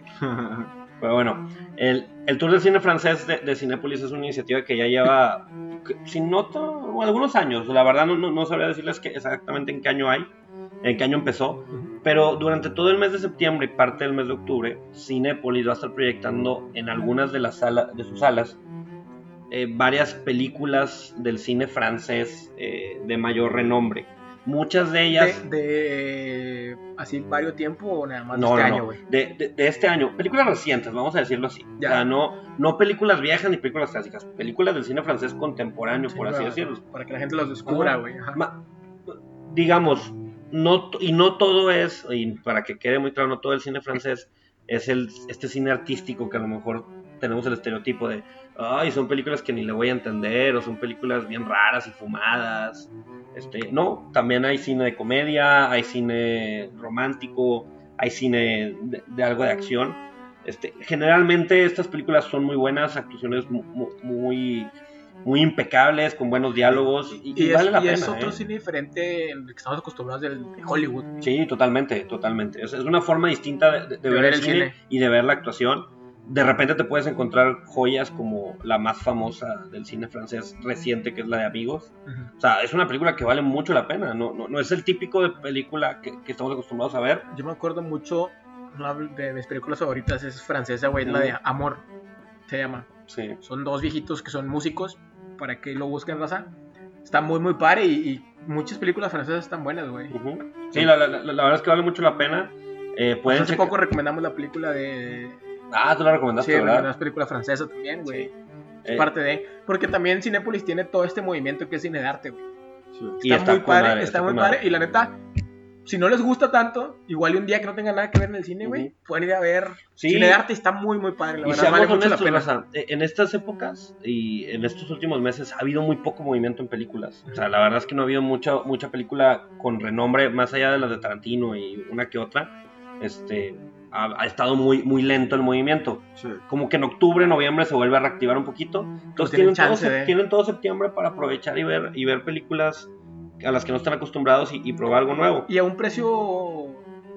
Speaker 1: Pero bueno, el, el Tour de Cine Francés de, de Cinépolis es una iniciativa que ya lleva, que- si no, to- algunos años. La verdad no, no, no sabría decirles que exactamente en qué año hay, en qué año empezó. Pero durante todo el mes de septiembre y parte del mes de octubre, Cinépolis va a estar proyectando en algunas de, las salas de sus salas eh, varias películas del cine francés eh, de mayor renombre. Muchas de ellas...
Speaker 2: De, de así varios tiempo o nada más de
Speaker 1: No,
Speaker 2: este
Speaker 1: no,
Speaker 2: año,
Speaker 1: no.
Speaker 2: güey.
Speaker 1: De, de- de este año. Películas recientes, vamos a decirlo así.
Speaker 2: Ya.
Speaker 1: O sea, no, no películas viejas ni películas clásicas. Películas del cine francés contemporáneo,
Speaker 2: Sí,
Speaker 1: por así
Speaker 2: para-
Speaker 1: decirlo.
Speaker 2: Para que la gente los descubra,
Speaker 1: Ajá.
Speaker 2: güey. ajá.
Speaker 1: Ma- digamos, no, t- y no todo es, y para que quede muy claro, no todo el cine francés es el, este cine artístico que a lo mejor tenemos el estereotipo de, ay, son películas que ni le voy a entender, o son películas bien raras y fumadas. Este, no, también hay cine de comedia, hay cine romántico, hay cine de, de algo de acción. Este, generalmente estas películas son muy buenas, actuaciones mu- mu- muy, muy impecables, con buenos diálogos. Y,
Speaker 2: Y,
Speaker 1: y
Speaker 2: es,
Speaker 1: vale la
Speaker 2: y es
Speaker 1: pena,
Speaker 2: otro
Speaker 1: ¿eh?
Speaker 2: cine diferente en el que estamos acostumbrados del de Hollywood.
Speaker 1: Sí, totalmente, totalmente. Es, es una forma distinta de, de- de ver el cine, y de ver la actuación. De repente te puedes encontrar joyas como la más famosa del cine francés reciente, que es la de Amigos.
Speaker 2: Ujú.
Speaker 1: O sea, es una película que vale mucho la pena. No, no, no es el típico de película que, que estamos acostumbrados a ver.
Speaker 2: Yo me acuerdo mucho una de mis películas favoritas, es francesa, güey, es la
Speaker 1: Mm.
Speaker 2: de Amor, se llama.
Speaker 1: Sí.
Speaker 2: Son dos viejitos que son músicos, para que lo busquen raza. Está muy, muy padre y, y muchas películas francesas están buenas, güey.
Speaker 1: Ujú. Sí, la, la- la- la verdad es que vale mucho la pena. Eh,
Speaker 2: Pues
Speaker 1: pueden
Speaker 2: hace
Speaker 1: checa-
Speaker 2: poco recomendamos la película de...
Speaker 1: Ah, tú la recomendaste,
Speaker 2: Sí,
Speaker 1: ¿verdad?
Speaker 2: recomendamos película francesa también, güey. Es
Speaker 1: Eh,
Speaker 2: parte de... Porque también Cinépolis tiene todo este movimiento que es cine de arte, güey.
Speaker 3: Sí.
Speaker 1: y está,
Speaker 2: muy
Speaker 1: con
Speaker 2: padre,
Speaker 1: madre,
Speaker 2: está
Speaker 1: con
Speaker 2: muy
Speaker 1: madre.
Speaker 2: padre. Y la neta, si no les gusta tanto, igual y un día que no tengan nada que ver en el cine, güey,
Speaker 1: Ujú.
Speaker 2: pueden ir a ver
Speaker 1: Sí.
Speaker 2: cine de arte y está muy, muy padre. La
Speaker 1: Y
Speaker 2: verdad,
Speaker 1: seamos
Speaker 2: vale mucho la
Speaker 1: honestos,
Speaker 2: pena.
Speaker 1: raza, e- en estas épocas y en estos últimos meses ha habido muy poco movimiento en películas. O sea, la verdad es que no ha habido mucha, mucha película con renombre, más allá de las de Tarantino y una que otra. Este, ha, ha estado muy, muy lento el movimiento.
Speaker 3: Sí.
Speaker 1: Como que en octubre, noviembre se vuelve a reactivar un poquito.
Speaker 2: Pues
Speaker 1: Entonces
Speaker 2: tienen
Speaker 1: tienen, todo,
Speaker 2: chance
Speaker 1: sep-
Speaker 2: de-
Speaker 1: tienen todo septiembre para aprovechar y ver, y ver películas a las que no están acostumbrados y, y probar algo nuevo.
Speaker 2: Y a un precio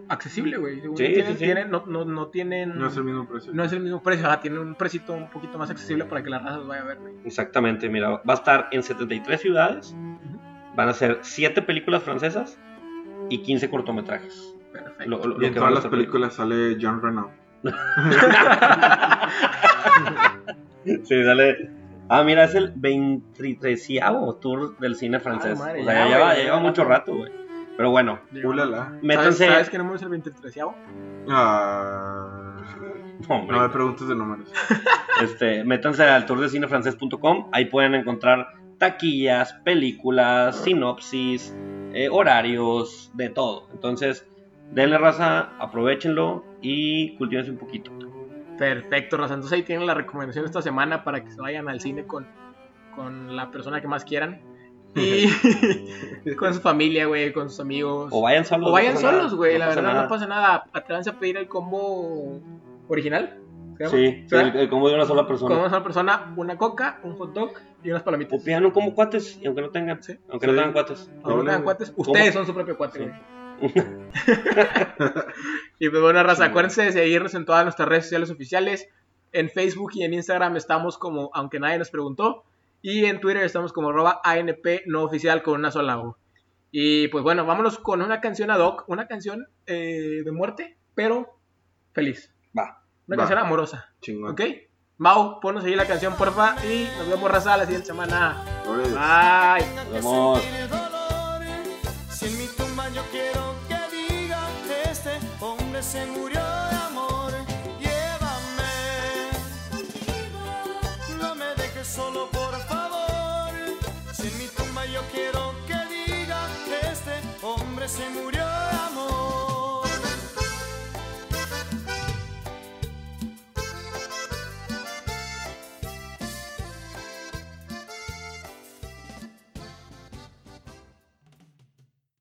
Speaker 2: accesible, güey. Según
Speaker 1: Sí,
Speaker 2: yo, tienen-
Speaker 1: sí, sí.
Speaker 2: tienen- no, no, no tienen...
Speaker 3: No es el mismo precio.
Speaker 2: no es el mismo precio, ah, tiene un precito un poquito más accesible para que la raza los vaya a ver, güey.
Speaker 1: Exactamente, mira, va a estar en 73 ciudades. Van a ser 7 películas francesas y 15 cortometrajes.
Speaker 2: Perfecto.
Speaker 1: Lo, lo-
Speaker 3: y
Speaker 1: lo
Speaker 3: en
Speaker 1: que
Speaker 3: todas
Speaker 1: van a
Speaker 3: las
Speaker 1: estar
Speaker 3: películas sale John Renault.
Speaker 1: poniendo. Sí, sale. Ah, mira, es el 23 tour del cine francés.
Speaker 2: Ah, madre,
Speaker 1: o sea,
Speaker 2: ya,
Speaker 1: ya,
Speaker 2: güey,
Speaker 1: lleva,
Speaker 2: ya
Speaker 1: ya lleva
Speaker 2: lleva
Speaker 1: mucho
Speaker 2: rato.
Speaker 1: rato, güey. Pero bueno,
Speaker 2: Digo,
Speaker 3: Ulala.
Speaker 2: ¿Sabes,
Speaker 1: métanse.
Speaker 2: sabes qué número es el 23
Speaker 3: Ah,
Speaker 1: No, hombre.
Speaker 3: no me preguntes de números.
Speaker 1: este, métanse al tourdecineFrancés.com, ahí pueden encontrar taquillas, películas, sinopsis, eh, horarios, de todo. Entonces, denle raza, aprovechenlo y cultívense un poquito.
Speaker 2: Perfecto, Raza. Entonces ahí tienen la recomendación esta semana para que se vayan al cine con, con la persona que más quieran. Y con su familia, güey, con sus amigos.
Speaker 1: O vayan solos.
Speaker 2: pues,
Speaker 1: no
Speaker 2: O vayan
Speaker 1: pasa nada,
Speaker 2: solos, güey.
Speaker 1: no
Speaker 2: la
Speaker 1: pasa
Speaker 2: verdad,
Speaker 1: nada.
Speaker 2: no pasa nada. Atrévanse a pedir el combo original. ¿se llama?
Speaker 1: Sí, sí,
Speaker 2: ¿Verdad?
Speaker 1: el, el combo de una sola
Speaker 2: Con
Speaker 1: persona. Pues,
Speaker 2: una sola persona, una coca, un hot dog y unas palomitas.
Speaker 1: O pidan un combo cuates, y aunque no tengan,
Speaker 2: Sí.
Speaker 1: aunque no
Speaker 3: Sí.
Speaker 1: tengan cuates.
Speaker 2: Aunque no
Speaker 3: Ole,
Speaker 2: tengan
Speaker 3: güey.
Speaker 2: cuates,
Speaker 1: ¿Cómo?
Speaker 2: ustedes son su propio cuate,
Speaker 1: Sí.
Speaker 2: güey. Y pues bueno, raza,
Speaker 1: Sí.
Speaker 2: acuérdense de seguirnos en todas nuestras redes sociales oficiales. En Facebook y en Instagram estamos como Aunque Nadie Nos Preguntó. Y en Twitter estamos como arroba ANP no oficial con una sola O. Y pues bueno, vámonos con una canción ad hoc, una canción eh, de muerte, pero feliz.
Speaker 1: Va.
Speaker 2: Una
Speaker 3: Va.
Speaker 2: canción amorosa,
Speaker 3: Chingón.
Speaker 2: ¿ok? Mau, ponnos ahí la canción, porfa, y nos vemos, raza, la siguiente semana.
Speaker 3: Órale.
Speaker 2: Bye.
Speaker 1: Nos vemos.
Speaker 5: sentir dolor. Si en mi tumba yo quiero que diga este hombre se murió de amor, llévame. No me dejes solo, por favor. Si en mi tumba yo quiero que diga este hombre se murió